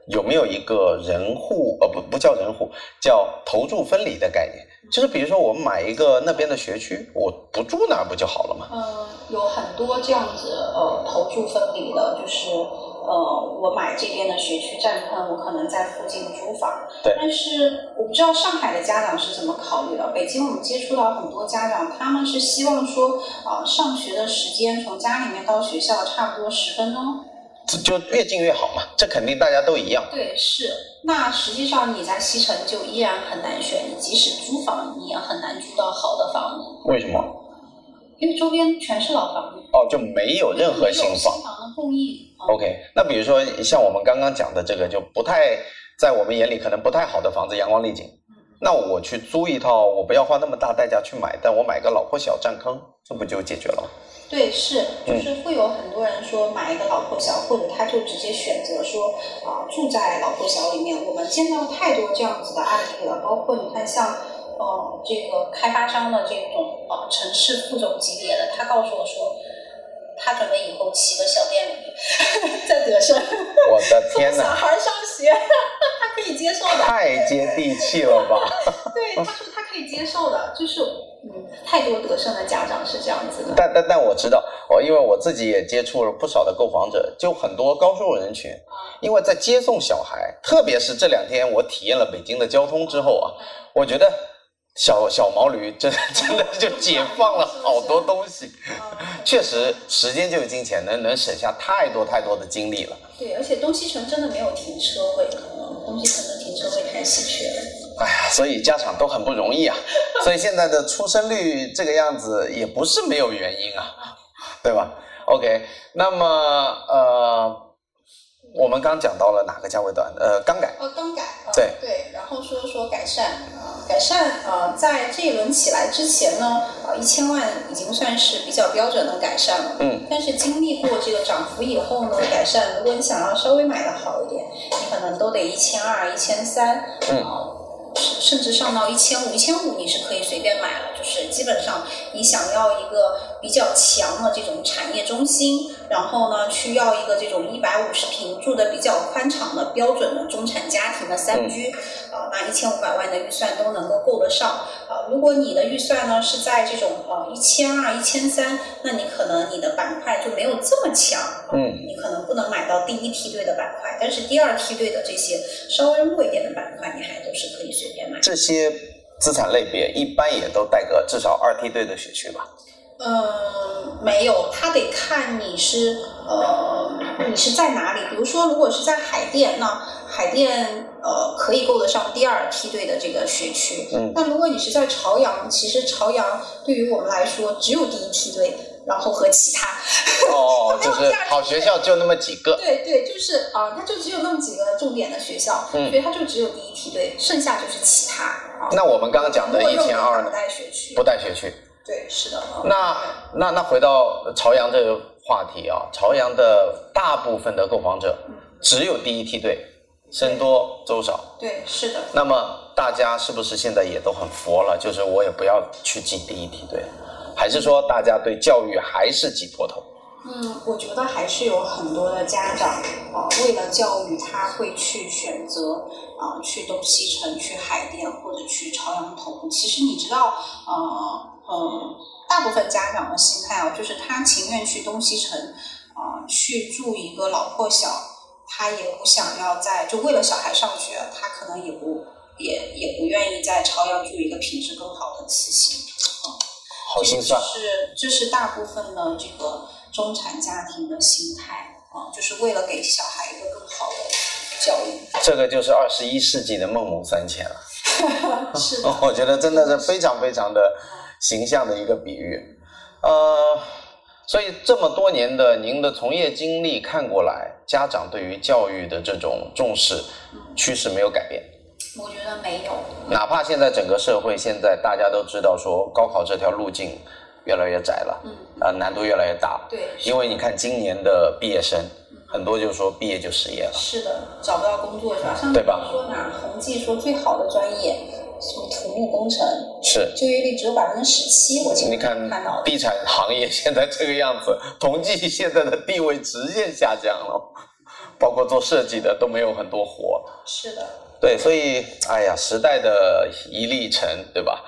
A: 有没有一个人户呃不不叫人户，叫投注分离的概念？就是比如说我买一个那边的学区，我不住那儿不就好了吗？
B: 嗯，有很多这样子呃投注分离的，就是呃我买这边的学区站坑，我可能在附近租房。
A: 对
B: 但是我不知道上海的家长是怎么考虑的。北京我们接触到很多家长，他们是希望说啊、呃上学的时间从家里面到学校差不多十分钟，
A: 这就越近越好嘛，这肯定大家都一样。
B: 对，是。那实际上你在西城就依然很难选，你即使租房，你也很难租到好的房子，
A: 为什么？
B: 因为周边全是老房子，
A: 哦，就没有任何新
B: 没有
A: 房。
B: 新房的供应。嗯
A: OK，那比如说像我们刚刚讲的这个，就不太在我们眼里可能不太好的房子，阳光丽景。
B: 嗯
A: 那我去租一套，我不要花那么大代价去买，但我买个老破小占坑，这不就解决了吗？
B: 对，是，
A: 嗯
B: 就是会有很多人说买一个老破小，或者他就直接选择说啊、住在老破小里面。我们见到太多这样子的案例了，包括你看像呃这个开发商的这种啊、城市副总级别的，他告诉我说。他准备以后 (laughs) 骑个小电驴，在德胜
A: 我的
B: 送
A: 天
B: (laughs) 小
A: 哪！
B: 孩上学，他可以可以接受的。
A: 太接地气了
B: (laughs)
A: 吧？
B: 对，他说他可以接受的，就是嗯，太多得胜的家长是这样子的。
A: 但但但我知道，我因为我自己也接触了不少的购房者，就很多高收入人群，
B: 嗯
A: 因为在接送小孩，特别是这两天我体验了北京的交通之后啊，我觉得小小毛驴真真的就解放了好多东西。
B: 啊
A: 确实，时间就是金钱，能能省下太多太多的精力了。
B: 对，而且东西城真的没有停车位，可能东西城的停车位太稀缺了。
A: 哎呀，所以家长都很不容易啊。所以现在的出生率这个样子也不是没有原因啊，对吧？OK，那么呃，我们刚讲到了哪个价位段？呃，刚改，
B: 呃，更改，呃、
A: 对
B: 对，然后说说改善，呃，改善，呃，在这一轮起来之前呢，呃，一千万已经算是比较标准的改善了。
A: 嗯，
B: 但是经历过这个涨幅以后呢，改善，如果你想要稍微买的好一点，你可能都得一千二、一千三，
A: 嗯
B: 呃，甚至上到一千五，一千五你是可以随便买了，就是基本上你想要一个比较强的这种产业中心，然后呢，去要一个这种一百五十平住的比较宽敞的标准的中产家庭的三居，啊、那一千五百万的预算都能够够得上。啊、如果你的预算呢是在这种呃一千二、一千三，那你可能你的板块就没有这么强，啊
A: 嗯
B: 你可能不能买到第一梯队的板块，但是第二梯队的这些稍微弱一点的板块，你还都是可以随便买。
A: 这些资产类别一般也都带个至少二梯队的学区吧。
B: 嗯，没有，他得看你是呃你是在哪里。比如说，如果是在海淀，那海淀呃可以够得上第二梯队的这个学区。
A: 嗯
B: 那如果你是在朝阳，其实朝阳对于我们来说只有第一梯队，然后和其他。
A: 哦，就是好学校就那么几个。
B: 对对，就是啊、呃，它就只有那么几个重点的学校，
A: 嗯
B: 所以它就只有第一梯队，剩下就是其他啊。
A: 那我们刚刚讲的
B: 如果
A: 一
B: 用
A: 千二
B: 不
A: 呢，
B: 带学区
A: 不，带学区。
B: 对，是的。嗯
A: 那那那回到朝阳这个话题啊，朝阳的大部分的购房者只有第一梯队，僧多粥少。
B: 对，是的。
A: 那么大家是不是现在也都很佛了？就是我也不要去挤第一梯队，还是说大家对教育还是挤破头？
B: 嗯，我觉得还是有很多的家长，呃，为了教育，他会去选择，啊、去东西城、去海淀或者去朝阳头。其实你知道，呃，呃，大部分家长的心态啊，就是他情愿去东西城，啊、去住一个老破小，他也不想要在，就为了小孩上学，他可能也不，也也不愿意在朝阳住一个品质更好的次新。
A: 好心酸。
B: 是这是大部分的这个中产家庭的心态啊，就是为了给小孩一个更好的教育。
A: 这个就是二十一世纪的孟母三迁了。啊
B: 是的，
A: (laughs) 我觉得真的是非常非常的形象的一个比喻。呃，所以这么多年的您的从业经历看过来，家长对于教育的这种重视趋势没有改变，
B: 我觉得没有。
A: 哪怕现在整个社会现在大家都知道说高考这条路径越来越窄了，
B: 嗯，
A: 啊、难度越来越大，
B: 对，
A: 因为你看今年的毕业生，很多就说毕业就失业了。
B: 是的，找不到工作是吧？上次
A: 嗯对吧
B: 说哪恒记说最好的专业什么土木工程，
A: 是，
B: 就业率只有百分之十七，我今
A: 你
B: 天
A: 看
B: 看到的。
A: 地产行业现在这个样子，同济现在的地位直线下降了，包括做设计的都没有很多活。
B: 是的，
A: 对，所以哎呀，时代的一粒尘，对吧？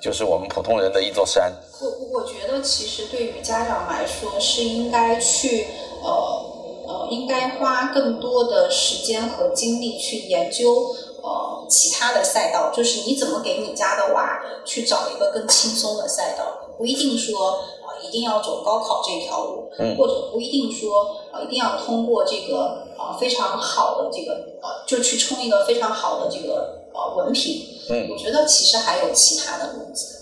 A: 就是我们普通人的一座山。
B: 我我觉得其实对于家长来说是应该去呃呃，应该花更多的时间和精力去研究呃其他的赛道，就是你怎么给你家的娃去找一个更轻松的赛道，不一定说。呃一定要走高考这条路，
A: 嗯
B: 或者不一定说呃一定要通过这个呃非常好的这个呃就去冲一个非常好的这个呃文凭，
A: 嗯
B: 我觉得其实还有其他的路子。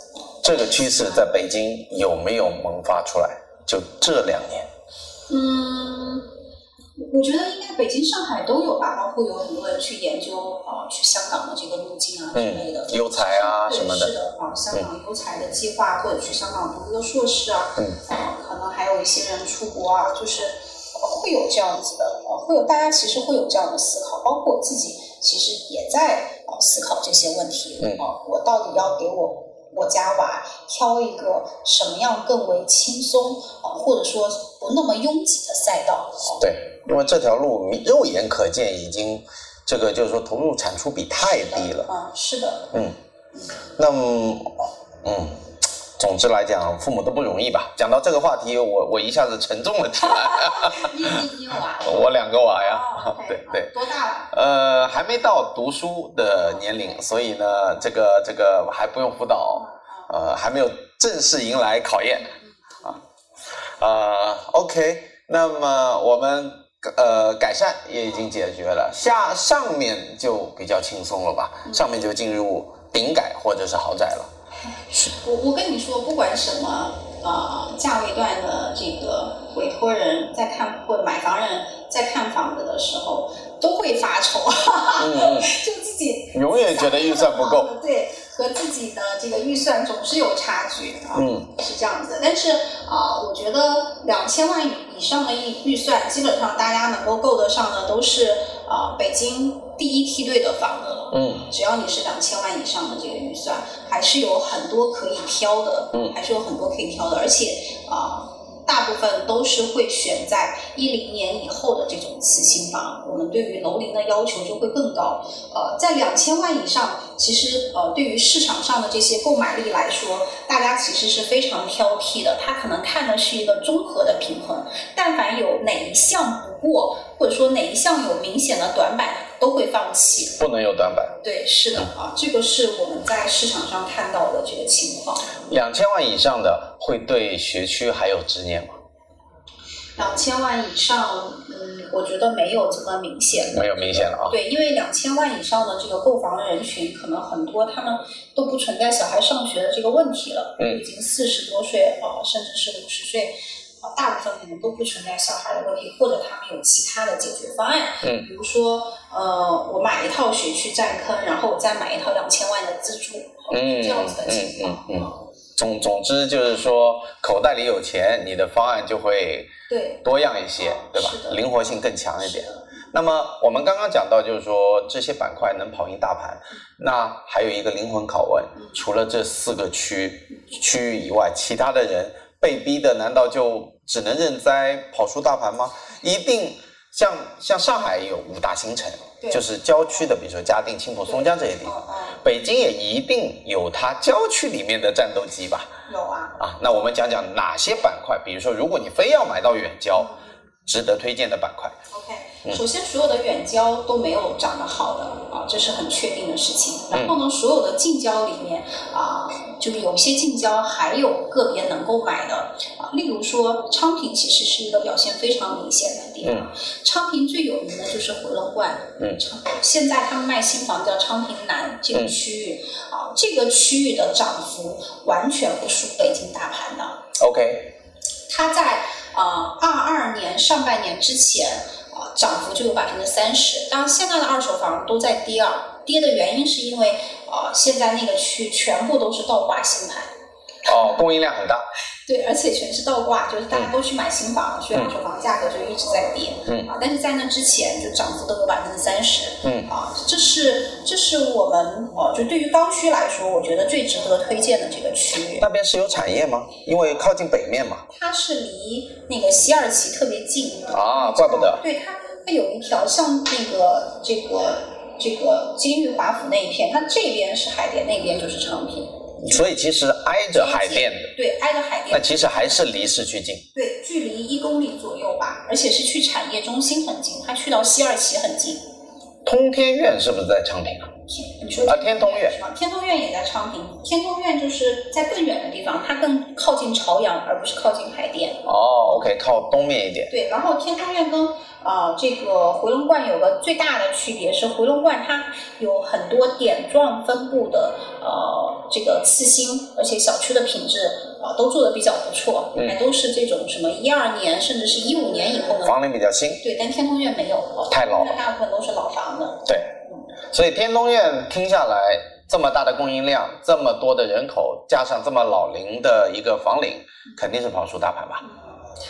A: 这个趋势在北京有没有萌发出来？就这两年，
B: 嗯，我觉得应该北京、上海都有吧，包括有很多人去研究啊、呃去香港的这个路径啊之类的，
A: 嗯优才啊
B: 对
A: 什么的
B: 是的啊、香港优才的计划，或者去香港读一个硕士啊，
A: 嗯
B: 啊可能还有一些人出国啊，就是呃会有这样子的，呃会有大家其实会有这样的思考，包括我自己其实也在呃思考这些问题，
A: 嗯
B: 啊我到底要给我我家娃挑一个什么样更为轻松啊、或者说不那么拥挤的赛道，啊
A: 对，因为这条路你肉眼可见已经这个就是说投入产出比太低了。
B: 啊，是
A: (laughs)
B: 的，
A: 嗯，那么，嗯，总之来讲，父母都不容易吧。讲到这个话题，我我一下子沉重了起来。
B: 你你你有啊？
A: 我两个娃呀，
B: 哦
A: 对
B: OK，
A: 对
B: 好，多大了？
A: 呃，还没到读书的年龄，所以呢，这个这个还不用辅导，呃，还没有正式迎来考
B: 嗯
A: 验啊。呃，OK，那么我们呃改善也已经解决了，下上面就比较轻松了吧？上面就进入顶改或者是豪宅了。
B: 我我跟你说，不管什么呃价位段的这个委托人在看或者买房人在看房子的时候，都会发愁， (laughs)
A: 嗯
B: 就自己
A: 嗯，永远觉得预算不够。，
B: 对，和自己的这个预算总是有差距啊。
A: 嗯
B: 是这样子的，但是啊、呃我觉得两千万以上的预预算，基本上大家能够够得上的都是啊、呃北京第一梯队的房子了。
A: 嗯
B: 只要你是两千万以上的这个预算，还是有很多可以挑的，
A: 嗯
B: 还是有很多可以挑的，而且啊、大部分都是会选在一零年以后的这种次新房，我们对于楼龄的要求就会更高。呃，在两千万以上，其实呃，对于市场上的这些购买力来说，大家其实是非常挑剔的，他可能看的是一个综合的平衡，但凡有哪一项不过，或者说哪一项有明显的短板，都会放弃。
A: 不能有短板。
B: 对，是的啊，这个是我们在市场上看到的这个情况。
A: 两千万以上的会对学区还有执念吗？
B: 两千万以上，嗯，我觉得没有这么明显的。
A: 没有明显了啊。
B: 对，因为两千万以上的这个购房人群，可能很多他们都不存在小孩上学的这个问题了，
A: 嗯
B: 已经四十多岁啊、呃甚至是五十岁，啊、大部分可能都不存在小孩的问题，或者他们有其他的解决方案，
A: 嗯，
B: 比如说，呃，我买一套学区占坑，然后我再买一套两千万的自住，啊
A: 嗯
B: 这样子的情况，
A: 嗯嗯总总之就是说，口袋里有钱，你的方案就会
B: 对，
A: 多样一些，对吧
B: 是？的
A: 灵活性更强一
B: 是
A: 点。
B: 的。
A: 那么我们刚刚讲到，就是说这些板块能跑赢大盘，那还有一个灵魂拷问：除了这四个区区域以外，其他的人被逼的难道就只能认栽跑输大盘吗？一定像像上海有五大新城，
B: 对
A: 就是郊区的，比如说嘉定、青浦、松江这些地方。
B: 哦
A: 北京也一定有它郊区里面的战斗机吧？
B: 哦，有啊，
A: 啊，那我们讲讲哪些板块？比如说，如果你非要买到远郊，值得推荐的板块。
B: OK，首
A: 嗯
B: 先所有的远郊都没有长得好的啊，这是很确定的事情。
A: 嗯
B: 然后呢，所有的近郊里面啊，就是有些近郊还有个别能够买的啊，例如说昌平其实是一个表现非常明显的地方。昌平最有名的就是回龙观，
A: 嗯
B: 昌现在他们卖新房叫昌平南这个区域啊，这个区域的涨幅完全不输北京大盘的。
A: OK，
B: 它在呃二二年上半年之前，呃涨幅就有百分之三十。当然，现在的二手房都在跌啊，跌的原因是因为呃现在那个区全部都是倒挂新盘，
A: 哦，供应量很大。
B: 对，而且全是倒挂，就是大家都去买新房，所以二手房价格就一直在跌。
A: 嗯
B: 啊，但是在那之前就涨幅都有百分之三十。
A: 嗯
B: 啊，这是这是我们呃，就对于刚需来说，我觉得最值得推荐的这个区域。
A: 那边是有产业吗？因为靠近北面嘛。
B: 它是离那个西二旗特别近
A: 啊怪不得
B: 对，它它有一条像那个这个这个金域华府那一片，它这边是海淀，那边就是昌平。
A: 所以其实挨着海淀的，
B: 对，挨着海
A: 那
B: 淀，
A: 其实还是离市区近。
B: 对，距离一公里左右吧，而且是去产业中心很近，它去到西二旗很近。
A: 通天苑是不是在昌平啊？
B: 你说
A: 啊天通苑
B: 是吗？天通苑也在昌平，天通苑就是在更远的地方，它更靠近朝阳，而不是靠近海淀。
A: 哦，OK，靠东面一点。
B: 对，然后天通苑跟呃这个回龙观有个最大的区别是，回龙观它有很多点状分布的呃这个次新，而且小区的品质啊、呃都做的比较不错，
A: 嗯
B: 还都是这种什么一二年甚至是一五年以后的。
A: 房龄比较新，
B: 对，但天通苑没有，哦
A: 太老了
B: 大部分都是老房子。
A: 对。所以天通苑听下来，这么大的供应量，这么多的人口，加上这么老龄的一个房龄，肯定是跑输大盘吧？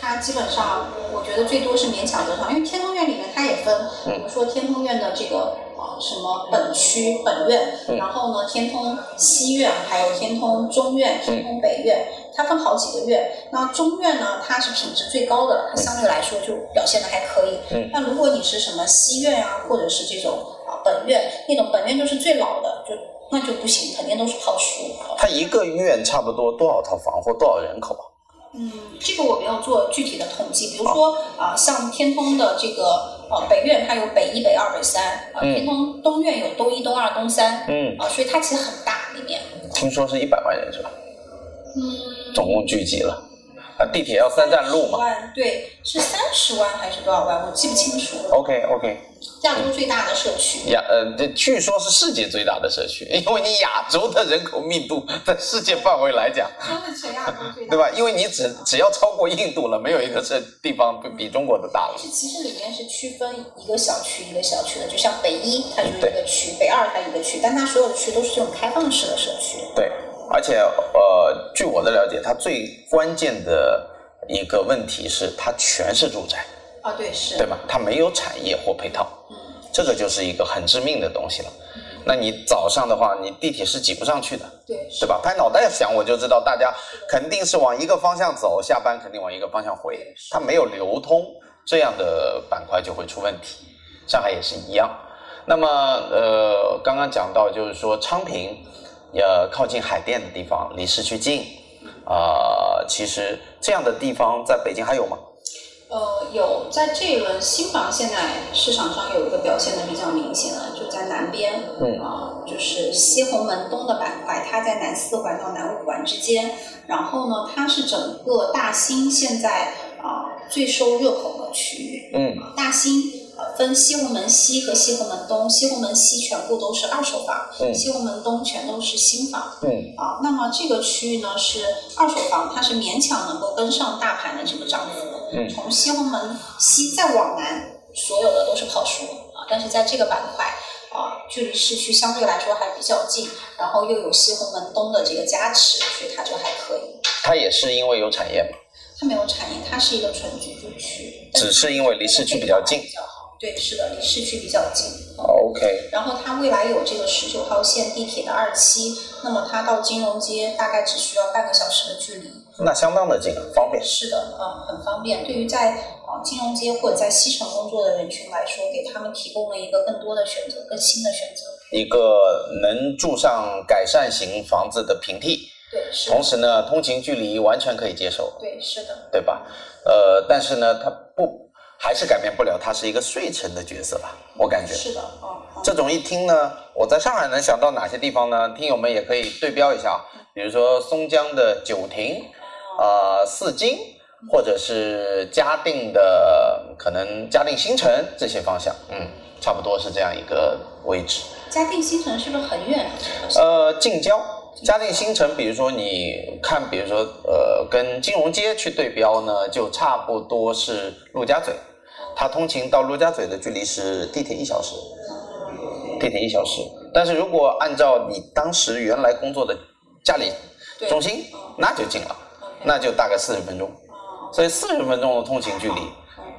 B: 它基本上，我觉得最多是勉强得上，因为天通苑里面它也分，比
A: 嗯
B: 如说天通苑的这个呃什么本区本院，
A: 嗯
B: 然后呢天通西院，还有天通中院、
A: 嗯
B: 天通北院，它分好几个院。那中院呢，它是品质最高的，它相对来说就表现的还可以。
A: 嗯
B: 那如果你是什么西院啊，或者是这种啊本院那种本院就是最老的，就那就不行，肯定都是跑输。
A: 它一个院差不多多少套房或多少人口啊？
B: 嗯，这个我没有做具体的统计。比如说啊、呃像天通的这个呃北院，它有北一、北二、北三；啊、
A: 嗯
B: 天通东院有东一、东二、东三。啊、
A: 嗯，
B: 所以它其实很大里面。
A: 听说是一百万人是吧？
B: 嗯，
A: 总共聚集了啊，地铁要三站路嘛。
B: 万对，是三十万还是多少万？我记不清楚了。
A: OK OK，
B: 亚洲最大的社区，
A: 亚呃，这据说是世界最大的社区，因为你亚洲的人口密度在世界范围来讲，
B: 真的全亚洲最大
A: 对吧？因为你只只要超过印度了，没有一个这地方比比中国的大了。
B: 是其实里面是区分一个小区一个小区的，就像北一它就是一个区，北二它一个区，但它所有的区都是这种开放式的社区。
A: 对，而且呃，据我的了解，它最关键的一个问题是，它全是住宅，
B: 啊，对，是，
A: 对吧？它没有产业或配套，
B: 嗯，
A: 这个就是一个很致命的东西了。那你早上的话，你地铁是挤不上去的，
B: 对，是
A: 对吧？拍脑袋想，我就知道大家肯定是往一个方向走，下班肯定往一个方向回，它没有流通，这样的板块就会出问题。上海也是一样。那么，呃，刚刚讲到就是说昌平，呃，靠近海淀的地方，离市区近，啊、其实这样的地方在北京还有吗？
B: 呃，有在这一轮新房现在市场上有一个表现的比较明显的，就在南边，
A: 嗯
B: 啊、就是西红门东的板块，它在南四环到南五环之间，然后呢，它是整个大兴现在啊、最受热捧的区域，
A: 嗯
B: 大兴呃分西红门西和西红门东，西红门西全部都是二手房，
A: 嗯
B: 西红门东全都是新房。
A: 嗯
B: 啊，那么这个区域呢是二手房，它是勉强能够跟上大盘的这个涨幅。
A: 嗯
B: 从西红门西再往南，所有的都是跑输啊，但是在这个板块啊，距离市区相对来说还比较近，然后又有西红门东的这个加持，所以它就还可以。
A: 它也是因为有产业嘛，
B: 它没有产业，它是一个纯居住区，但
A: 只是因为离市区比较近
B: 比。较好。对，是的，离市区比较近。
A: OK，
B: 然后它未来有这个十九号线地铁的二期，那么它到金融街大概只需要半个小时的距离。
A: 那相当的近啊，方便。
B: 是的，啊、很方便。对于在啊、金融街或者在西城工作的人群来说，给他们提供了一个更多的选择，更新的选择。
A: 一个能住上改善型房子的平替，
B: 对，是的
A: 同，时呢，通勤距离完全可以接受，
B: 对，是的，
A: 对吧？呃，但是呢，它不还是改变不了，它是一个睡城的角色吧，我感觉。
B: 是的，啊、嗯，
A: 这种一听呢，我在上海能想到哪些地方呢？听友们也可以对标一下，啊比如说松江的九亭，啊、四金，或者是嘉定的可能嘉定新城这些方向，嗯，差不多是这样一个位置。
B: 嘉定新城是不是很远？啊
A: 呃，近郊，嘉定新城，比如说你看，比如说呃，跟金融街去对标呢，就差不多是陆家嘴，它通勤到陆家嘴的距离是地铁一小时，地铁一小时。但是如果按照你当时原来工作的家里
B: 对
A: 中心，那就近了，
B: OK
A: 那就大概四十分钟。
B: 哦
A: 所以四十分钟的通勤距离，
B: 嗯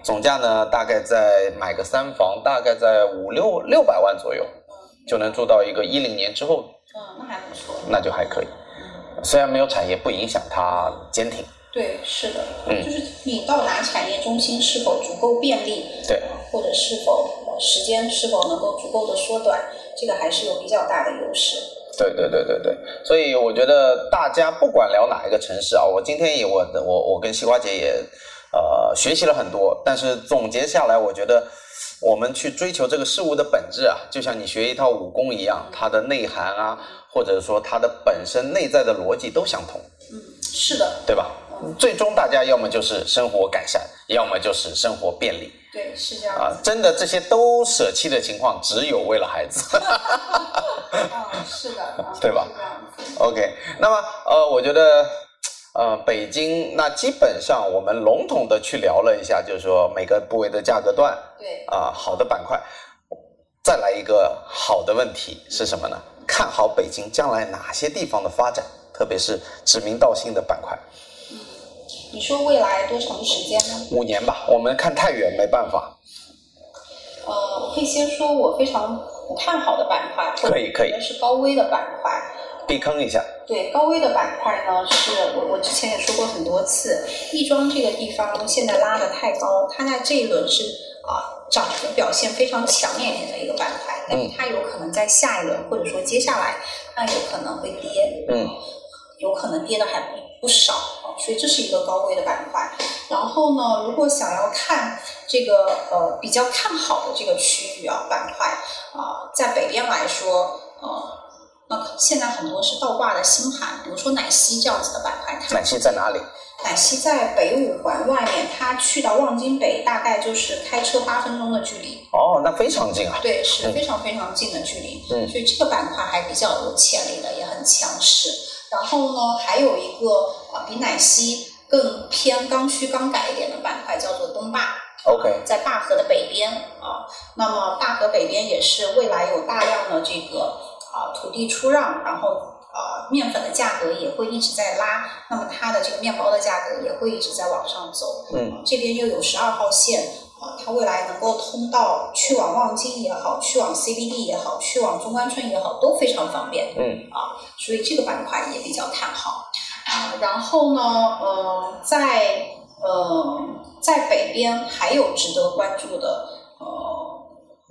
A: 总价呢大概在买个三房，大概在五六六百万左右，就能住到一个一零年之后
B: 嗯，那还不错。
A: 那就还可以。虽然没有产业，不影响它坚挺。
B: 对，是的，
A: 嗯
B: 就是你到达产业中心是否足够便利，
A: 对，
B: 或者是否呃时间是否能够足够的缩短，这个还是有比较大的优势。
A: 对对对对对，所以我觉得大家不管聊哪一个城市啊，我今天也我的我我跟西瓜姐也呃学习了很多，但是总结下来，我觉得我们去追求这个事物的本质啊，就像你学一套武功一样，它的内涵啊，或者说它的本身内在的逻辑都相同，
B: 嗯，是的，嗯
A: 对吧？最终大家要么就是生活改善，要么就是生活便利。
B: 对，是这样子。
A: 啊，真的这些都舍弃的情况，只有为了孩子。
B: 嗯，是的，嗯
A: (laughs) 对吧？
B: 是这样子
A: OK，那么呃，我觉得呃，北京那基本上我们笼统的去聊了一下，就是说每个部位的价格段
B: 对，
A: 啊、好的板块。再来一个好的问题是什么呢？看好北京将来哪些地方的发展，特别是指名道姓的板块。
B: 你说未来多长时间呢？
A: 五年吧，我们看太远没办法。
B: 呃，我可以先说我非常不看好的板块，或者
A: 可以可以
B: 我觉得是高危的板块。
A: 避坑一下，
B: 对高危的板块呢，是我我之前也说过很多次，亦庄这个地方现在拉得太高，它在这一轮是啊涨幅表现非常抢眼的一个板块，但
A: 嗯
B: 是它有可能在下一轮或者说接下来，它有可能会跌，
A: 嗯，
B: 有可能跌的还不不少啊，所以这是一个高位的板块。然后呢，如果想要看这个呃比较看好的这个区域啊板块啊、在北边来说，呃。那现在很多是倒挂的新盘，比如说奶昔这样子的板块，它
A: 奶昔在哪里？
B: 奶昔在北五环外面，它去到望京北大概就是开车八分钟的距离，
A: 哦，那非常近啊。
B: 对，是非常非常近的距离，
A: 嗯
B: 所以这个板块还比较有潜力的，也很强势。然后呢，还有一个啊、呃比奶昔更偏刚需刚改一点的板块，叫做东坝。
A: OK
B: 在大河的北边啊，那么大河北边也是未来有大量的这个啊土地出让，然后啊面粉的价格也会一直在拉，那么它的这个面包的价格也会一直在往上走。啊
A: 嗯，
B: 这边又有十二号线啊，它未来能够通到去往望京也好，去往 CBD 也好，去往中关村也好，都非常方便。
A: 嗯
B: 啊，所以这个板块也比较看好啊。然后呢，呃，在呃在北边还有值得关注的呃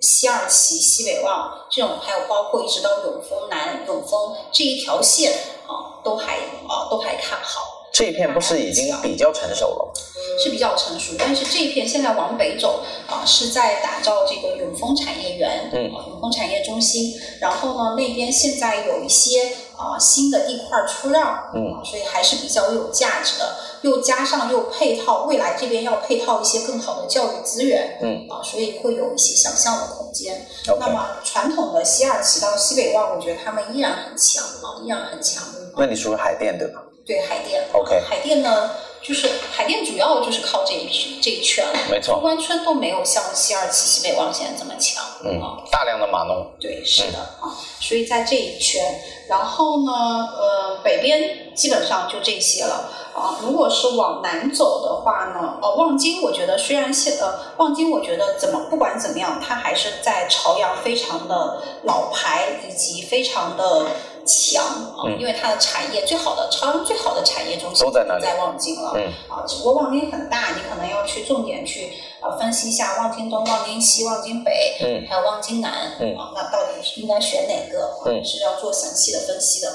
B: 西二旗、西北旺这种，还有包括一直到永丰南、永丰这一条线啊，都还啊都还看好。
A: 这片不是已经比较成熟了吗？
B: 是比较成熟，但是这一片现在往北走啊、是在打造这个永丰产业园，
A: 嗯
B: 啊永丰产业中心。然后呢，那边现在有一些啊、新的地块出让，
A: 嗯
B: 啊所以还是比较有价值的。又加上又配套，未来这边要配套一些更好的教育资源，
A: 嗯
B: 啊，所以会有一些想象的空间。那
A: ，OK。
B: 么传统的西二旗到西北旺，我觉得他们依然很强啊，依然很强。
A: 那你说说海淀对吧？
B: 对海淀
A: OK
B: 海淀呢，就是海淀主要就是靠这一区这一圈了。
A: 没
B: 中
A: 错，
B: 关村都没有像西二旗、西北旺现在这么强，
A: 嗯
B: 啊，，
A: 大量的码农，
B: 对，
A: 嗯
B: 是的啊，所以在这一圈，然后呢，呃，北边基本上就这些了啊。如果是往南走的话呢，哦，望京，我觉得虽然现呃，望京我觉得怎么不管怎么样，它还是在朝阳非常的老牌以及非常的强啊，
A: 嗯
B: 因为它的产业最好的朝阳最好的产业中心
A: 都在那里
B: 在望京了，
A: 嗯
B: 啊，只不过望京很大，你可能要去重点去呃分析一下望京东、望京西、望京北，
A: 嗯
B: 还有望京南，
A: 嗯
B: 啊，那到底是应该选哪个，啊
A: 嗯
B: 是要做详细的分析的。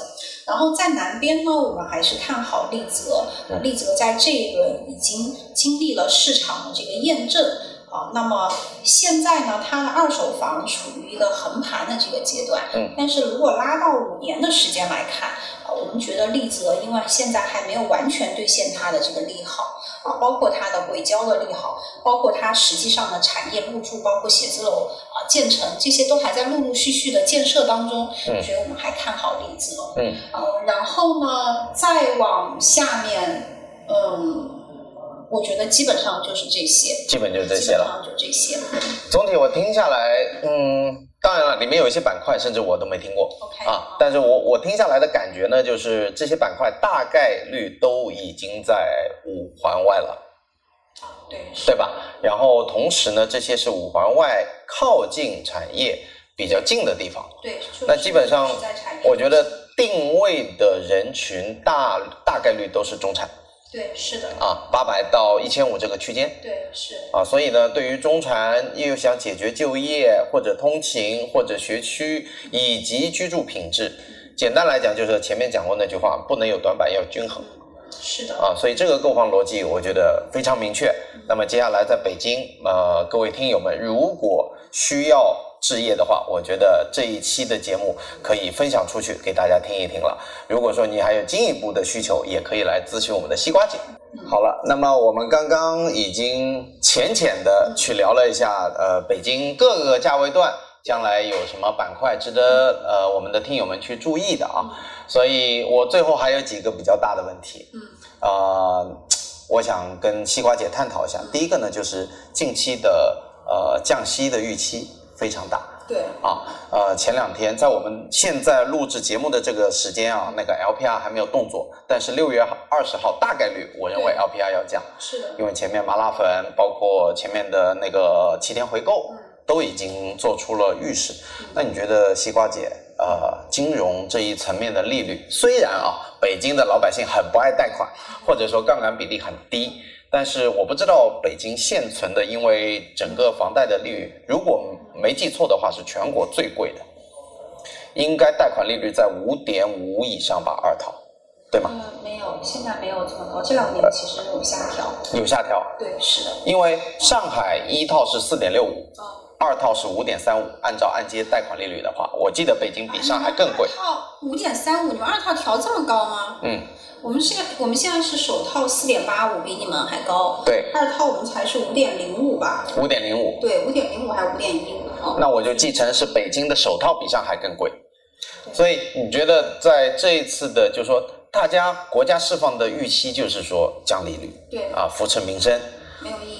B: 然后在南边呢，我们还是看好丽泽啊
A: 嗯，
B: 丽泽在这一轮已经经历了市场的这个验证。啊，那么现在呢，它的二手房处于一个横盘的这个阶段，
A: 嗯，
B: 但是如果拉到五年的时间来看，啊，我们觉得丽泽因为现在还没有完全兑现它的这个利好啊，包括它的轨交的利好，包括它实际上的产业入驻，包括写字楼啊建成，这些都还在陆陆续续的建设当中，
A: 嗯
B: 所以我们还看好丽泽。
A: 嗯
B: 呃，然后呢，再往下面，嗯，我觉得基本上就是这些，
A: 基本就这些了
B: 基本。上就这些。
A: 总体我听下来，嗯，当然了，里面有一些板块甚至我都没听过
B: OK
A: 啊，但是我我听下来的感觉呢，就是这些板块大概率都已经在五环外了，
B: 对，是
A: 对吧？然后同时呢，这些是五环外靠近产业比较近的地方，
B: 对，就是
A: 那基本上
B: 是在产业
A: 我觉得定位的人群大大概率都是中产
B: 对，是的，
A: 啊，八百到一千五这个区间。
B: 对，是。
A: 啊，所以呢，对于中产又想解决就业或者通勤或者学区以及居住品质，简单来讲就是前面讲过那句话，不能有短板，要均衡
B: 是的，
A: 啊。所以这个购房逻辑我觉得非常明确。那么接下来在北京，呃，各位听友们如果需要置业的话，我觉得这一期的节目可以分享出去给大家听一听了。如果说你还有进一步的需求，也可以来咨询我们的西瓜姐。好了，那么我们刚刚已经浅浅的去聊了一下，呃，北京各个价位段将来有什么板块值得呃我们的听友们去注意的啊。所以我最后还有几个比较大的问题，
B: 嗯，
A: 呃，我想跟西瓜姐探讨一下。第一个呢，就是近期的呃降息的预期非常大，
B: 对，
A: 啊，呃，前两天在我们现在录制节目的这个时间啊，那个 LPR 还没有动作，但是六月二十号大概率，我认为
B: 对
A: LPR 要降，
B: 是的，
A: 因为前面麻辣粉，包括前面的那个七天回购
B: 嗯，
A: 都已经做出了预示
B: 嗯。
A: 那你觉得西瓜姐，呃，金融这一层面的利率，虽然啊，北京的老百姓很不爱贷款，或者说杠杆比例很低，但是我不知道北京现存的，因为整个房贷的利率，如果没记错的话，是全国最贵的，应该贷款利率在五点五以上吧，二套，对吗？
B: 嗯，没有，现在没有这么高，这两年其实有下调。
A: 有下调，
B: 对，是的，
A: 因为上海一套是四点六五，
B: 嗯。
A: 二套是五点三五，按照按揭贷款利率的话，我记得北京比上海更贵
B: 二。套五点三五，你们二套调这么高吗？
A: 嗯，
B: 我们现在我们现在是首套四点八五，比你们还高。
A: 对，
B: 二套我们才是五点零五吧？
A: 五点零五。
B: 对，五点零五还是五点一五？哦
A: 那我就记成是北京的首套比上海更贵。所以你觉得在这一次的，就是说大家国家释放的预期就是说降利率
B: 对，
A: 啊，扶持民生。
B: 没有意义。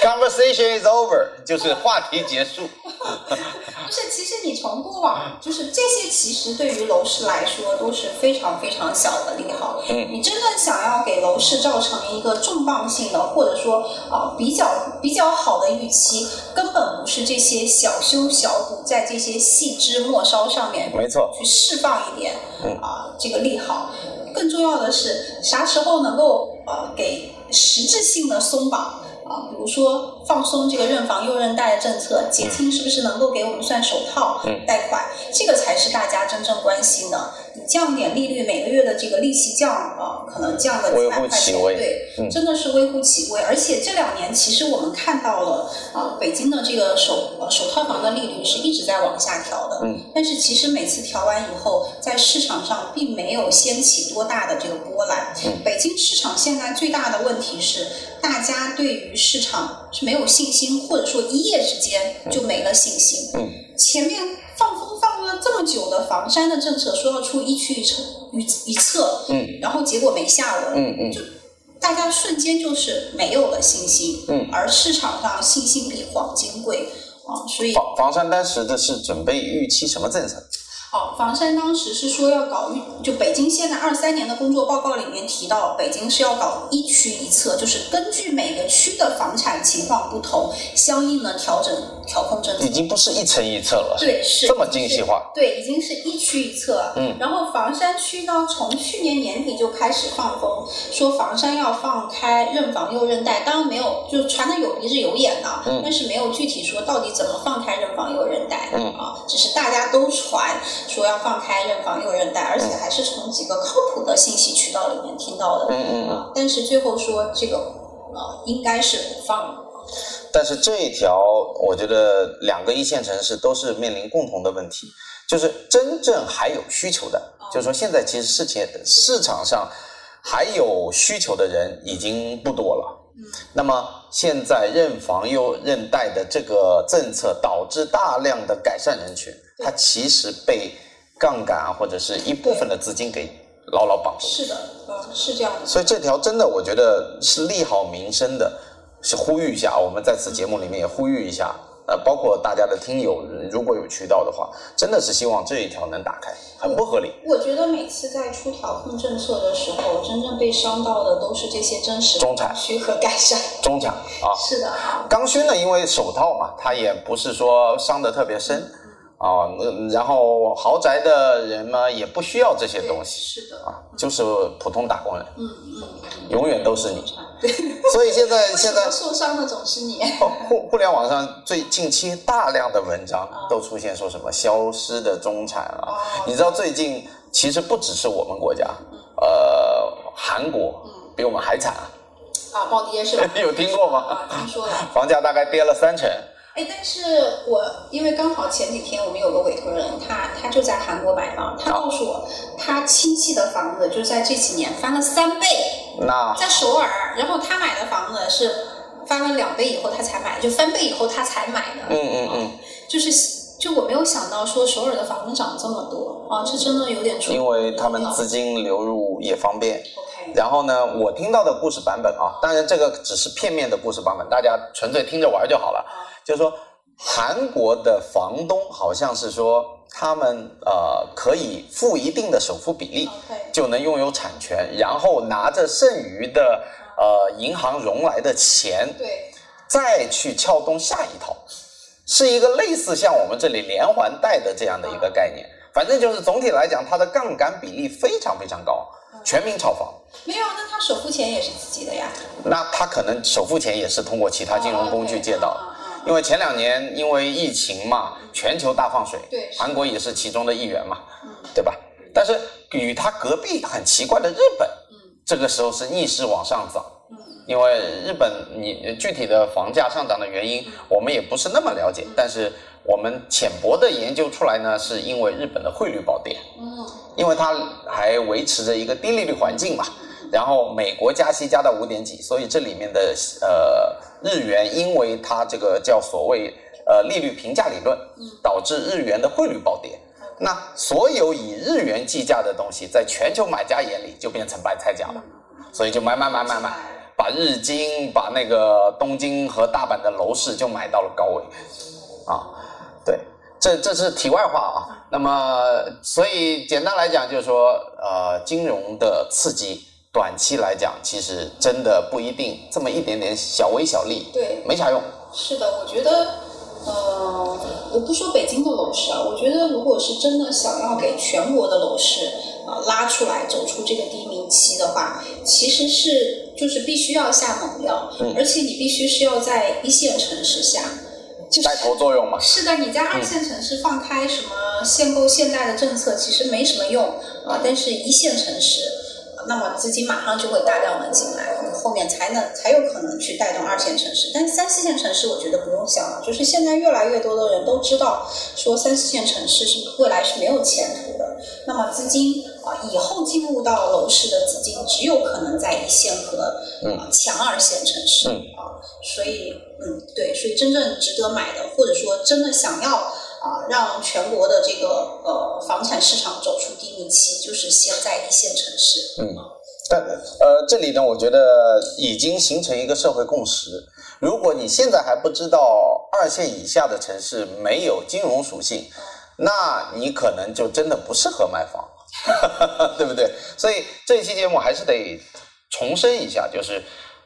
A: Conversation is over，就是话题结束。
B: 不是，其实你从过
A: 嗯
B: 往就是这些，其实对于楼市来说都是非常非常小的利好。
A: 嗯，
B: 你真正想要给楼市造成一个重磅性的，或者说啊、呃比较比较好的预期，根本不是这些小修小补在这些细枝末梢上面
A: 没错，嗯
B: 去释放一点啊、这个利好。更重要的是，啥时候能够呃给实质性的松绑啊、比如说放松这个认房又认贷的政策，结清是不是能够给我们算首套
A: 嗯
B: 贷款？这个才是大家真正关心的。你降点利率，每个月的这个利息降啊、可能降个
A: 微
B: 几
A: 乎
B: 百块
A: 其
B: 钱，
A: 微
B: 对，
A: 嗯
B: 真的是微乎其微。而且这两年，其实我们看到了啊、北京的这个首呃首套房的利率是一直在往下调的，
A: 嗯，
B: 但是其实每次调完以后，在市场上并没有掀起多大的这个波澜。
A: 嗯
B: 北京市场现在最大的问题是，大家对于市场是没有信心，或者说一夜之间就没了信心。
A: 嗯，
B: 前面放风放了这么久的房山的政策，说要出一区一策一一策，
A: 嗯
B: 然后结果没下文。
A: 嗯嗯
B: 就大家瞬间就是没有了信心，
A: 嗯
B: 而市场上信心比黄金贵啊，所以
A: 房房山当时的是准备预期什么政策？
B: 哦，房山当时是说要搞一，就北京现在二三年的工作报告里面提到，北京是要搞一区一策，就是根据每个区的房产情况不同，相应的调整调控政策
A: 已。经不是一层一策了，
B: 对，是
A: 这么精细化。
B: 对，已经是一区一策。
A: 嗯，
B: 然后房山区呢，从去年年底就开始放风，说房山要放开认房又认贷，当然没有，就传的有鼻子有眼的，
A: 嗯
B: 但是没有具体说到底怎么放开认房又认贷。
A: 嗯
B: 啊，只是大家都传说要放开认房又认贷，而且还是从几个靠谱的信息渠道里面听到的。
A: 嗯嗯嗯。
B: 啊，但是最后说这个呃应该是不放的。
A: 但是这一条，我觉得两个一线城市都是面临共同的问题，就是真正还有需求的，就是说现在其实市情市场上还有需求的人已经不多了。那么现在认房又认贷的这个政策，导致大量的改善人群，他其实被杠杆啊或者是一部分的资金给牢牢绑住。
B: 是的，呃，是这样的。
A: 所以这条真的，我觉得是利好民生的，是呼吁一下，我们在此节目里面也呼吁一下，呃，包括大家的听友，如果有渠道的话，真的是希望这一条能打开，很不合理。
B: 我觉得每次在出调控政策的时候，真正被伤到的都是这些真实
A: 中产
B: 需和改善。
A: 中产啊，
B: 是的啊，
A: 刚需呢，因为首套嘛，它也不是说伤得特别深啊、嗯然后豪宅的人嘛，也不需要这些
B: 对
A: 东西
B: 是的，
A: 啊，就是普通打工人，
B: 嗯嗯，嗯
A: 永远都是你
B: 中。产对，
A: 所以现在现在
B: 为什么受伤的总是你。
A: 哦互互联网上最近期大量的文章都出现说什么消失的中产啊，你知道最近其实不只是我们国家，呃，韩国比我们还惨啊，？
B: 嗯啊，暴跌是吧
A: (laughs) 有听过吗？
B: 啊，听说了。
A: 房价大概跌了三成，
B: 哎，但是我因为刚好前几天我们有个委托人，他他就在韩国买房，他
A: 啊
B: 告诉我他亲戚的房子就在这几年翻了三倍，
A: 那
B: 在首尔，然后他买的房子是翻了两倍以后他才买，就翻倍以后他才买的。
A: 嗯嗯嗯，
B: 就是就我没有想到说首尔的房子涨这么多啊，这真的有点出乎
A: 因为他们
B: 意料
A: 资金流入也方便。
B: OK
A: 然后呢，我听到的故事版本啊，当然这个只是片面的故事版本，大家纯粹听着玩就好了。
B: 啊
A: 就是说韩国的房东好像是说他们呃可以付一定的首付比例
B: OK
A: 就能拥有产权，然后拿着剩余的呃银行融来的钱
B: 对
A: 再去撬动下一套，是一个类似像我们这里连环贷的这样的一个概念。反正就是总体来讲，它的杠杆比例非常非常高，全民炒房，
B: 没有，啊那他首付钱也是自己的呀。
A: 那他可能首付钱也是通过其他金融工具借到的。
B: 啊啊啊
A: 因为前两年因为疫情嘛，全球大放水，
B: 对是
A: 韩国也是其中的一员嘛，
B: 嗯
A: 对吧？但是与他隔壁很奇怪的日本，
B: 嗯
A: 这个时候是逆势往上涨，
B: 嗯
A: 因为日本你具体的房价上涨的原因我们也不是那么了解，但是我们浅薄的研究出来呢，是因为日本的汇率宝典，
B: 嗯
A: 因为它还维持着一个低利率环境嘛，
B: 嗯
A: 然后美国加息加到五点几，所以这里面的呃日元，因为它这个叫所谓呃利率评价理论
B: 嗯，
A: 导致日元的汇率暴跌。那所有以日元计价的东西，在全球买家眼里就变成白菜
B: 嗯
A: 价了，所以就买买买买买，把日经、把那个东京和大阪的楼市就买到了高位，啊，对，这这是题外话啊。那么，所以简单来讲，就是说，呃，金融的刺激，短期来讲，其实真的不一定这么一点点小微小利，
B: 对，
A: 没啥用。
B: 是的，我觉得，呃，我不说北京的楼市啊，我觉得如果是真的想要给全国的楼市啊、呃拉出来走出这个低迷期的话，其实是就是必须要下猛药，而且你必须是要在一线城市下，就是
A: 带头作用嗯嘛，
B: 是的，你在二线城市放开什么限购限贷的政策，其实没什么用啊。但是，一线城市，啊那么资金马上就会大量的进来，你后面才能才有可能去带动二线城市。但三四线城市，我觉得不用想了，就是现在越来越多的人都知道，说三四线城市是未来是没有前途的。那么，资金啊，以后进入到楼市的资金，只有可能在一线和啊强二线城市
A: 嗯
B: 啊。所以，嗯，对，所以真正值得买的，或者说真的想要啊、让全国的这个呃房产市场走出低迷期，就是先在一线城市。
A: 嗯但呃，这里呢，我觉得已经形成一个社会共识。如果你现在还不知道二线以下的城市没有金融属性，那你可能就真的不适合买房， (laughs) 对不对？所以这一期节目还是得重申一下，就是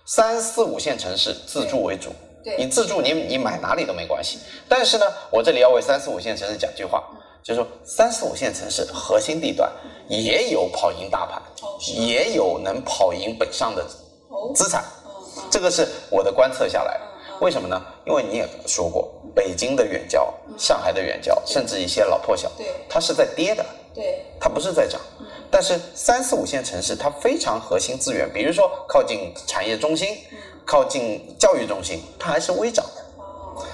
A: 三四五线城市自住为主。你
B: 对，
A: 自住你你买哪里都没关系，但是呢，我这里要为三四五线城市讲句话，就是说三四五线城市核心地段也有跑赢大盘，
B: 哦，是吗？
A: 也有能跑赢北上的
B: 哦，
A: 资产，
B: 嗯
A: 这个是我的观测下来的。
B: 嗯嗯，
A: 为什么呢？因为你也说过，北京的远郊、上海的远郊，甚至一些老破小，
B: 嗯对
A: 它是在跌的，
B: 对，
A: 它不是在涨。
B: 嗯
A: 但是三四五线城市，它非常核心资源，比如说靠近产业中心、
B: 嗯，
A: 靠近教育中心，它还是微涨的。
B: 哦，OK，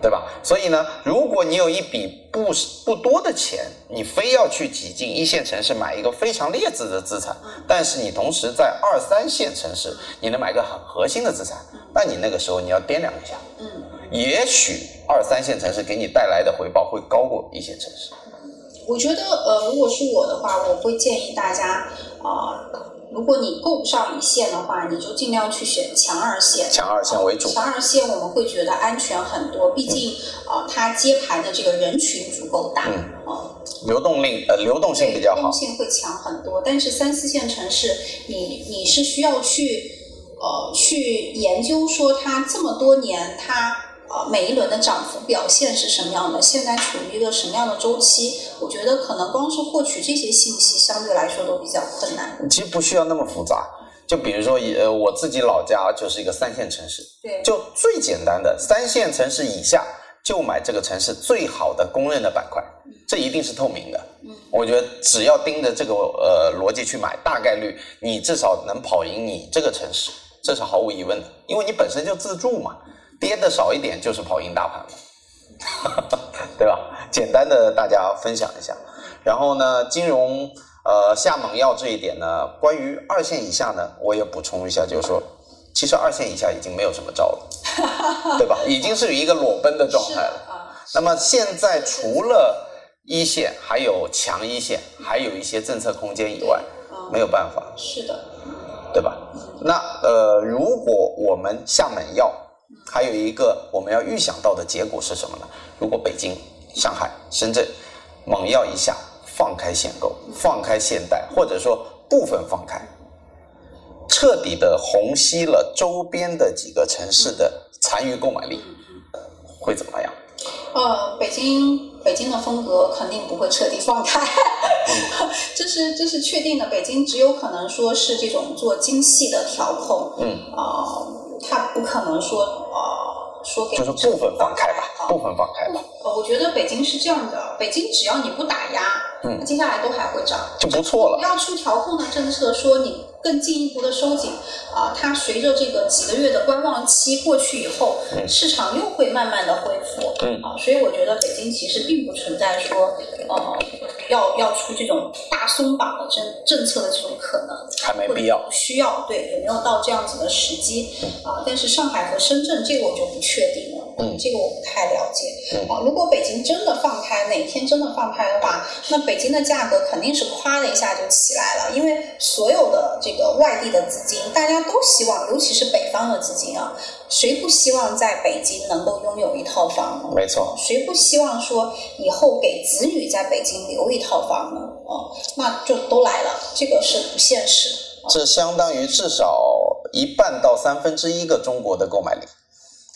A: 对吧？所以呢，如果你有一笔不不多的钱，你非要去挤进一线城市买一个非常劣质的资产，但是你同时在二三线城市，你能买个很核心的资产，那你那个时候你要掂量一下，
B: 嗯，
A: 也许二三线城市给你带来的回报会高过一线城市。
B: 我觉得呃，如果是我的话，我会建议大家啊、如果你够不上一线的话，你就尽量去选强二线。
A: 强二线为主，
B: 强二线我们会觉得安全很多，毕竟呃，它接盘的这个人群足够大，
A: 嗯
B: 哦、
A: 流动令呃流动性
B: 对，
A: 比较好
B: 动。性会强很多。但是三四线城市，你你是需要去呃去研究说它这么多年它。呃，每一轮的涨幅表现是什么样的？现在处于一个什么样的周期？我觉得可能光是获取这些信息，相对来说都比较困难。
A: 其实不需要那么复杂，就比如说呃我自己老家就是一个三线城市，
B: 对，
A: 就最简单的三线城市以下，就买这个城市最好的公认的板块，这一定是透明的。
B: 嗯
A: 我觉得只要盯着这个呃逻辑去买，大概率你至少能跑赢你这个城市，这是毫无疑问的，因为你本身就自住嘛，
B: 嗯
A: 跌的少一点就是跑赢大盘嘛，对吧？简单的大家分享一下，然后呢，金融呃下猛药这一点呢，关于二线以下呢，我也补充一下，就是说，其实二线以下已经没有什么招了，
B: (laughs)
A: 对吧？已经是一个裸奔的状
B: 是
A: 态
B: 的
A: 了。
B: 啊，
A: 那么现在除了一线，还有强一线，还有一些政策空间以外，
B: 嗯
A: 没有办法，
B: 是的，
A: 对吧？那呃，如果我们下猛药，还有一个我们要预想到的结果是什么呢？如果北京、上海、深圳猛药一下放开限购、放开限贷，或者说部分放开，彻底的虹吸了周边的几个城市的残余购买力，会怎么样？
B: 呃，北京北京的风格肯定不会彻底放开， (laughs) 这是这是确定的。北京只有可能说是这种做精细的调控，
A: 嗯，
B: 啊、它不可能说呃说给
A: 就是
B: 你
A: 部分放开吧
B: 啊，
A: 部分放开吧，
B: 呃，我觉得北京是这样的，北京只要你不打压，
A: 嗯
B: 它接下来都还会涨。
A: 就不错
B: 不
A: 了。
B: 要出调控的政策，说你更进一步的收紧啊、它随着这个几个月的观望期过去以后，
A: 嗯
B: 市场又会慢慢的恢复。
A: 嗯
B: 啊、所以我觉得北京其实并不存在说呃要要出这种大松绑的政政策的这种可能。
A: 还没
B: 或者
A: 必要
B: 不需要，对，也没有到这样子的时机啊、但是上海和深圳这个我就不确定了，
A: 嗯
B: 这个我不太了解
A: 嗯
B: 啊、如果北京真的放开，哪天真的放开的话，那北京的价格肯定是咵的一下就起来了，因为所有的这个外地的资金，大家都希望，尤其是北方的资金啊，谁不希望在北京能够拥有一套房呢？
A: 没错，
B: 谁不希望说以后给子女在北京留一套房呢？哦，那就都来了，这个是不现实。
A: 这相当于至少一半到三分之一个中国的购买力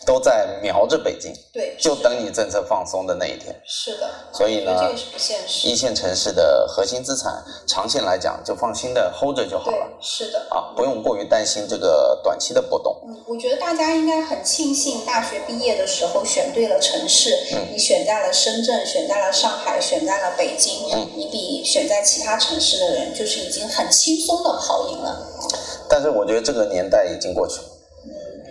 A: 都在瞄着北京，
B: 对，
A: 就是等你政策放松的那一天。
B: 是的，
A: 所以呢
B: 我觉得这个是不现实。
A: 一线城市的核心资产，长线来讲就放心的 hold 着就好
B: 对
A: 了，
B: 是的。
A: 啊，不用过于担心这个短期的波动。
B: 嗯，我觉得大家应该很庆幸，大学毕业的时候选对了城市，
A: 嗯
B: 你选在了深圳，选在了上海，选在了北京，
A: 嗯
B: 你比选在其他城市的人，就是已经很轻松的跑赢了。
A: 但是我觉得这个年代已经过去了，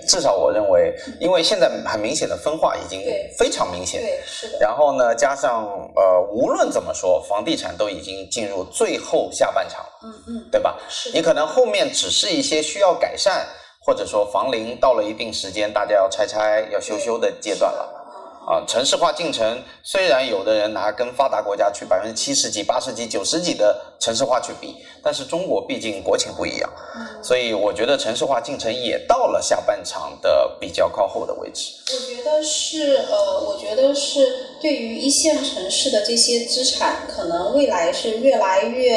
A: 至少我认为，因为现在很明显的分化已经
B: 对
A: 非常明显。
B: 对，是的，
A: 然后呢，加上呃，无论怎么说，房地产都已经进入最后下半场了，
B: 嗯嗯，
A: 对吧？
B: 是
A: 你
B: 的，
A: 可能后面只是一些需要改善，或者说房龄到了一定时间，大家要拆拆、要修修的阶段了。
B: 了。
A: 啊，城市化进程虽然有的人拿跟发达国家去百分之七十几、八十几、九十几的城市化去比，但是中国毕竟国情不一样，
B: 嗯
A: 所以我觉得城市化进程也到了下半场的比较靠后的位置。
B: 我觉得是呃，我觉得是对于一线城市的这些资产，可能未来是越来越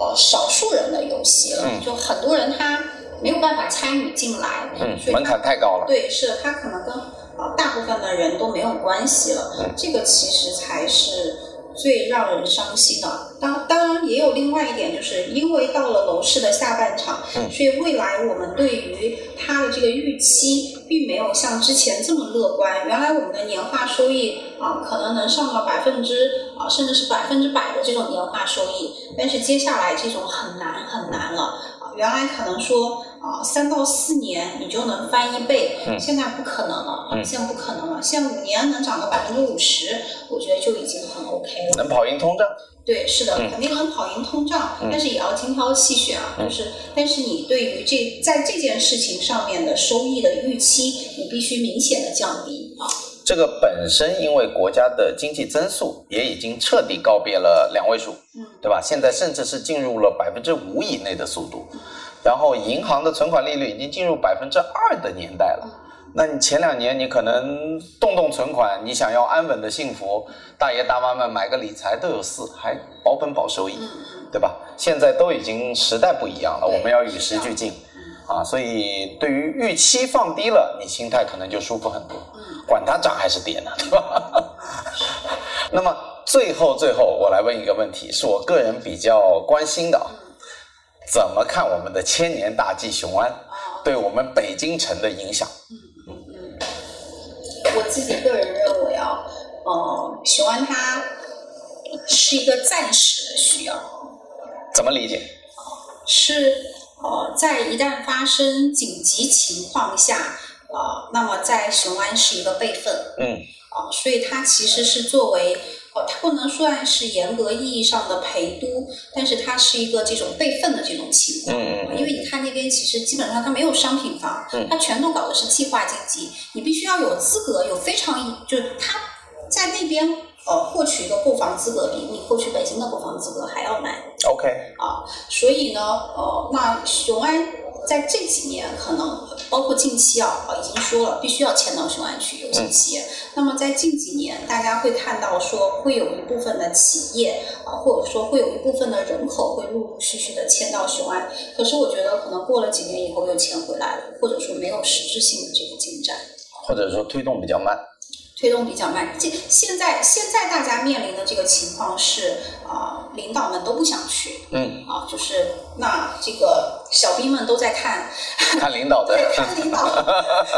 B: 呃少数人的游戏了，
A: 嗯
B: 就很多人他没有办法参与进来，
A: 嗯
B: 所，以
A: 门
B: 他
A: 槛太高了。
B: 对，是他可能跟呃大部分的人都没有关系了，这个其实才是最让人伤心的。当当然也有另外一点，就是因为到了楼市的下半场，
A: 嗯
B: 所以未来我们对于它的这个预期并没有像之前这么乐观。原来我们的年化收益啊、可能能上到百分之啊、甚至是百分之百的这种年化收益，但是接下来这种很难很难了。啊原来可能说啊，三到四年你就能翻一倍，
A: 嗯
B: 现在不可能了，啊
A: 嗯
B: 现在不可能了，现在五年能涨个百分之五十，我觉得就已经很 OK 了。
A: 能跑赢通胀，
B: 对，是的，
A: 嗯
B: 肯定能跑赢通胀，
A: 嗯
B: 但是也要精挑细选啊。
A: 嗯
B: 就是，但是你对于这在这件事情上面的收益的预期，你必须明显的降低啊。
A: 这个本身因为国家的经济增速也已经彻底告别了两位数，
B: 嗯，
A: 对吧？现在甚至是进入了百分之五以内的速度，然后银行的存款利率已经进入百分之二的年代了。那你前两年你可能动动存款，你想要安稳的幸福，大爷大妈们买个理财都有四，还保本保收益，
B: 嗯
A: 对吧？现在都已经时代不一样了，
B: 对
A: 我们要与时俱进
B: 嗯
A: 啊，所以对于预期放低了，你心态可能就舒服很多。
B: 嗯
A: 管它涨还是跌呢， (laughs) 对吧？那么最后最后，我来问一个问题，是我个人比较关心的啊，怎么看我们的千年大计雄安
B: 啊
A: 对我们北京城的影响？
B: 我自己个人认为啊，呃，雄安它是一个暂时的需要。
A: 怎么理解？
B: 是呃，在一旦发生紧急情况下，呃，那么在雄安是一个备份
A: 嗯
B: 啊、呃所以它其实是作为呃，它不能算是严格意义上的陪都，但是它是一个这种备份的这种情况。
A: 嗯嗯
B: 因为你看那边其实基本上它没有商品房
A: 嗯，
B: 它全都搞的是计划经济，你必须要有资格，有非常就是它在那边呃获取一个购房资格比你获取北京的购房资格还要难。
A: ，OK，
B: 啊，所以呢，呃，那雄安在这几年可能包括近期啊，啊已经说了，必须要迁到雄安去，有些企业。那么在近几年，大家会看到说，会有一部分的企业啊，或者说会有一部分的人口会陆陆续续的迁到雄安。可是我觉得，可能过了几年以后又迁回来了，或者说没有实质性的这个进展。
A: 或者说推动比较慢，
B: 推动比较慢。这现在现在大家面临的这个情况是，啊、领导们都不想去，
A: 嗯，
B: 啊、就是那这个小兵们都在看，
A: 看领导的
B: 对，，看
A: (laughs)
B: 领导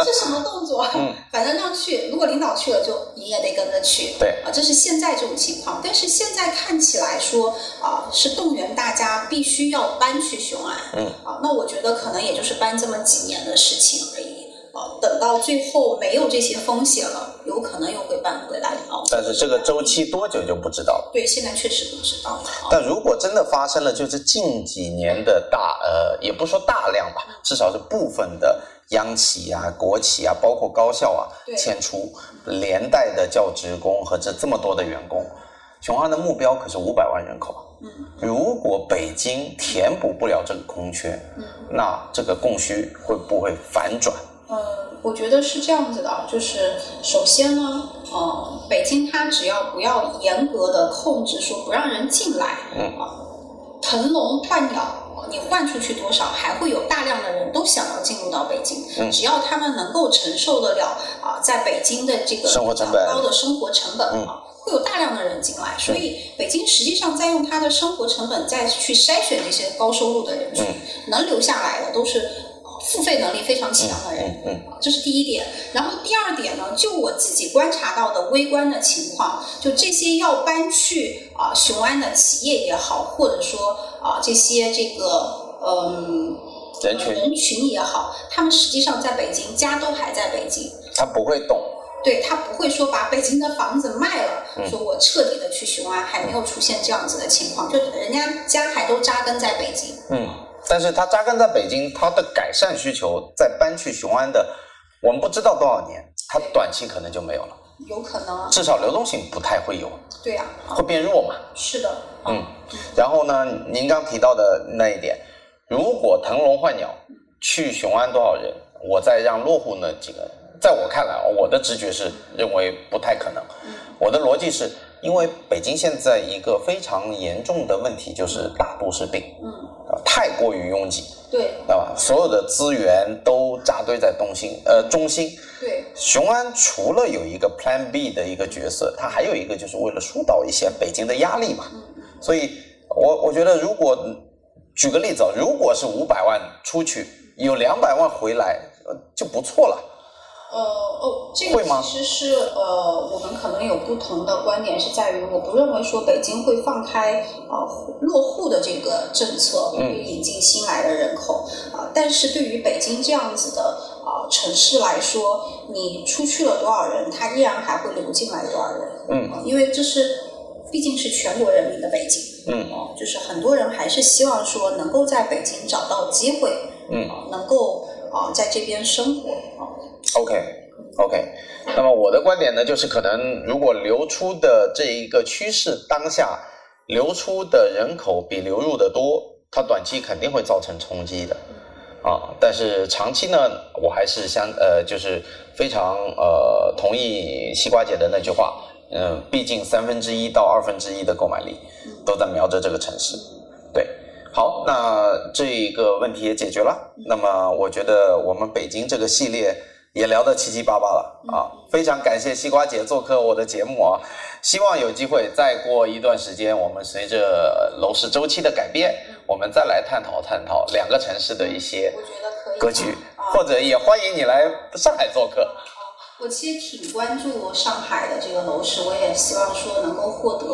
B: 是什么动作，
A: 嗯
B: 反正让去，如果领导去了就，你也得跟着去。
A: 对，
B: 啊，这是现在这种情况，但是现在看起来说啊、是动员大家必须要搬去雄安，
A: 嗯，
B: 啊、那我觉得可能也就是搬这么几年的事情而已，啊、等到最后没有这些风险了，有可能又会搬回来啊。
A: 但是这个周，期多久就不知道了。
B: 对，现在确实不知道了。啊
A: 但如果真的发生了，就是近几年的大呃，也不说大量吧，至少是部分的央企啊、国企啊，包括高校啊
B: 对
A: 迁出，连带的教职工和这这么多的员工，雄安的目标可是五百万人口啊。
B: 嗯
A: 如果北京填补不了这个空缺，
B: 嗯。
A: 那这个供需会不会反转？
B: 呃，我觉得是这样子的，啊就是首先呢，呃，北京它只要不要严格的控制说不让人进来，
A: 嗯
B: 啊，腾笼换鸟，你换出去多少，还会有大量的人都想要进入到北京，
A: 嗯
B: 只要他们能够承受得了啊、在北京的这个
A: 生活成本
B: 比较高的生活成本
A: 嗯
B: 啊。会有大量的人进来，所以北京实际上在用它的生活成本再去筛选这些高收入的人群，
A: 嗯
B: 能留下来的都是呃付费能力非常强的人。啊
A: 嗯嗯，
B: 这是第一点。然后第二点呢，就我自己观察到的微观的情况，就这些要搬去啊、雄安的企业也好，或者说啊、这些这个嗯
A: 人群
B: 人群也好，他们实际上在北京，家都还在北京。
A: 他不会动，
B: 对他不会说把北京的房子卖了，
A: 嗯
B: 说我彻底的去雄安，还没有出现这样子的情况，就人家家还都扎根在北京。
A: 嗯，但是他扎根在北京，他的改善需求在搬去雄安的，我们不知道多少年，他短期可能就没有了，
B: 有可能啊，
A: 至少流动性不太会有，
B: 对啊，
A: 会变弱嘛。
B: 是的，
A: 嗯，然后呢，您刚提到的那一点，如果腾笼换鸟，去雄安多少人，我再让落户那几个人，在我看来，我的直觉是认为不太可能。我的逻辑是因为北京现在一个非常严重的问题就是大都市病，
B: 嗯，
A: 啊太过于拥挤。
B: 对
A: 对吧？所有的资源都扎堆在东心，呃，中心。
B: 对，
A: 雄安除了有一个 Plan B 的一个角色，它还有一个就是为了疏导一些北京的压力嘛。
B: 嗯嗯
A: 所以我我觉得，如果举个例子啊，如果是五百万出去，有两百万回来，呃就不错了。
B: 呃哦，这个
A: 会吗
B: 其实是呃，我们可能有不同的观点，是在于我不认为说北京会放开呃落户的这个政策，
A: 嗯
B: 去引进新来的人口啊、但是对于北京这样子的啊、呃城市来说，你出去了多少人，他依然还会流进来多少人，
A: 嗯
B: 呃因为这是毕竟是全国人民的北京。
A: 嗯
B: 哦，就是很多人还是希望说能够在北京找到机会，
A: 嗯
B: 啊能够啊、在这边生活啊、
A: ，OK OK。那么我的观点呢，就是可能如果流出的这一个趋势当下，流出的人口比流入的多，它短期肯定会造成冲击的。啊，但是长期呢，我还是相呃，就是非常呃同意西瓜姐的那句话，嗯、毕竟三分之一到二分之一的购买力
B: 嗯
A: 都在瞄着这个城市，对。好，那这个问题也解决了。那么我觉得我们北京这个系列也聊得七七八八了啊，非常感谢西瓜姐做客我的节目啊，希望有机会再过一段时间，我们随着楼市周期的改变，我们再来探讨探讨两个城市的一些
B: 我觉得可以
A: 格局，
B: 啊
A: 或者也欢迎你来上海做客。
B: 我其实挺关注上海的这个楼市，我也希望说能够获得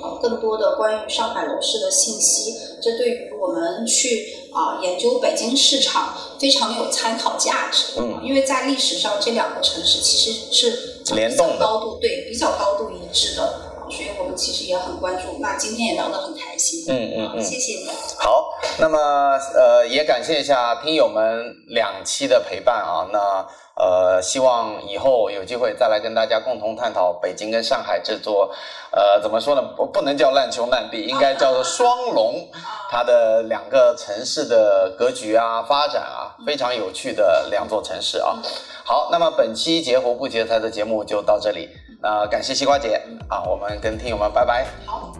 B: 呃更多的关于上海楼市的信息，这对于我们去啊、研究北京市场非常有参考价值。
A: 嗯
B: 因为在历史上这两个城市其实是呃
A: 联动的
B: 比较高度对比较高度一致的，啊所以我们其实也很关注。那今天也聊得很开心，
A: 嗯嗯
B: 啊
A: 嗯
B: 谢谢你。
A: 好，那么呃，也感谢一下听友们两期的陪伴啊。那呃，希望以后有机会再来跟大家共同探讨北京跟上海这座，呃，怎么说呢？不不能叫烂穷烂地，应该叫做双龙， (laughs) 它的两个城市的格局啊、发展啊，非常有趣的两座城市
B: 嗯
A: 啊。好，那么本期截胡不截财的节目就到这里，那、感谢西瓜姐啊，我们跟听友们拜拜。
B: 好，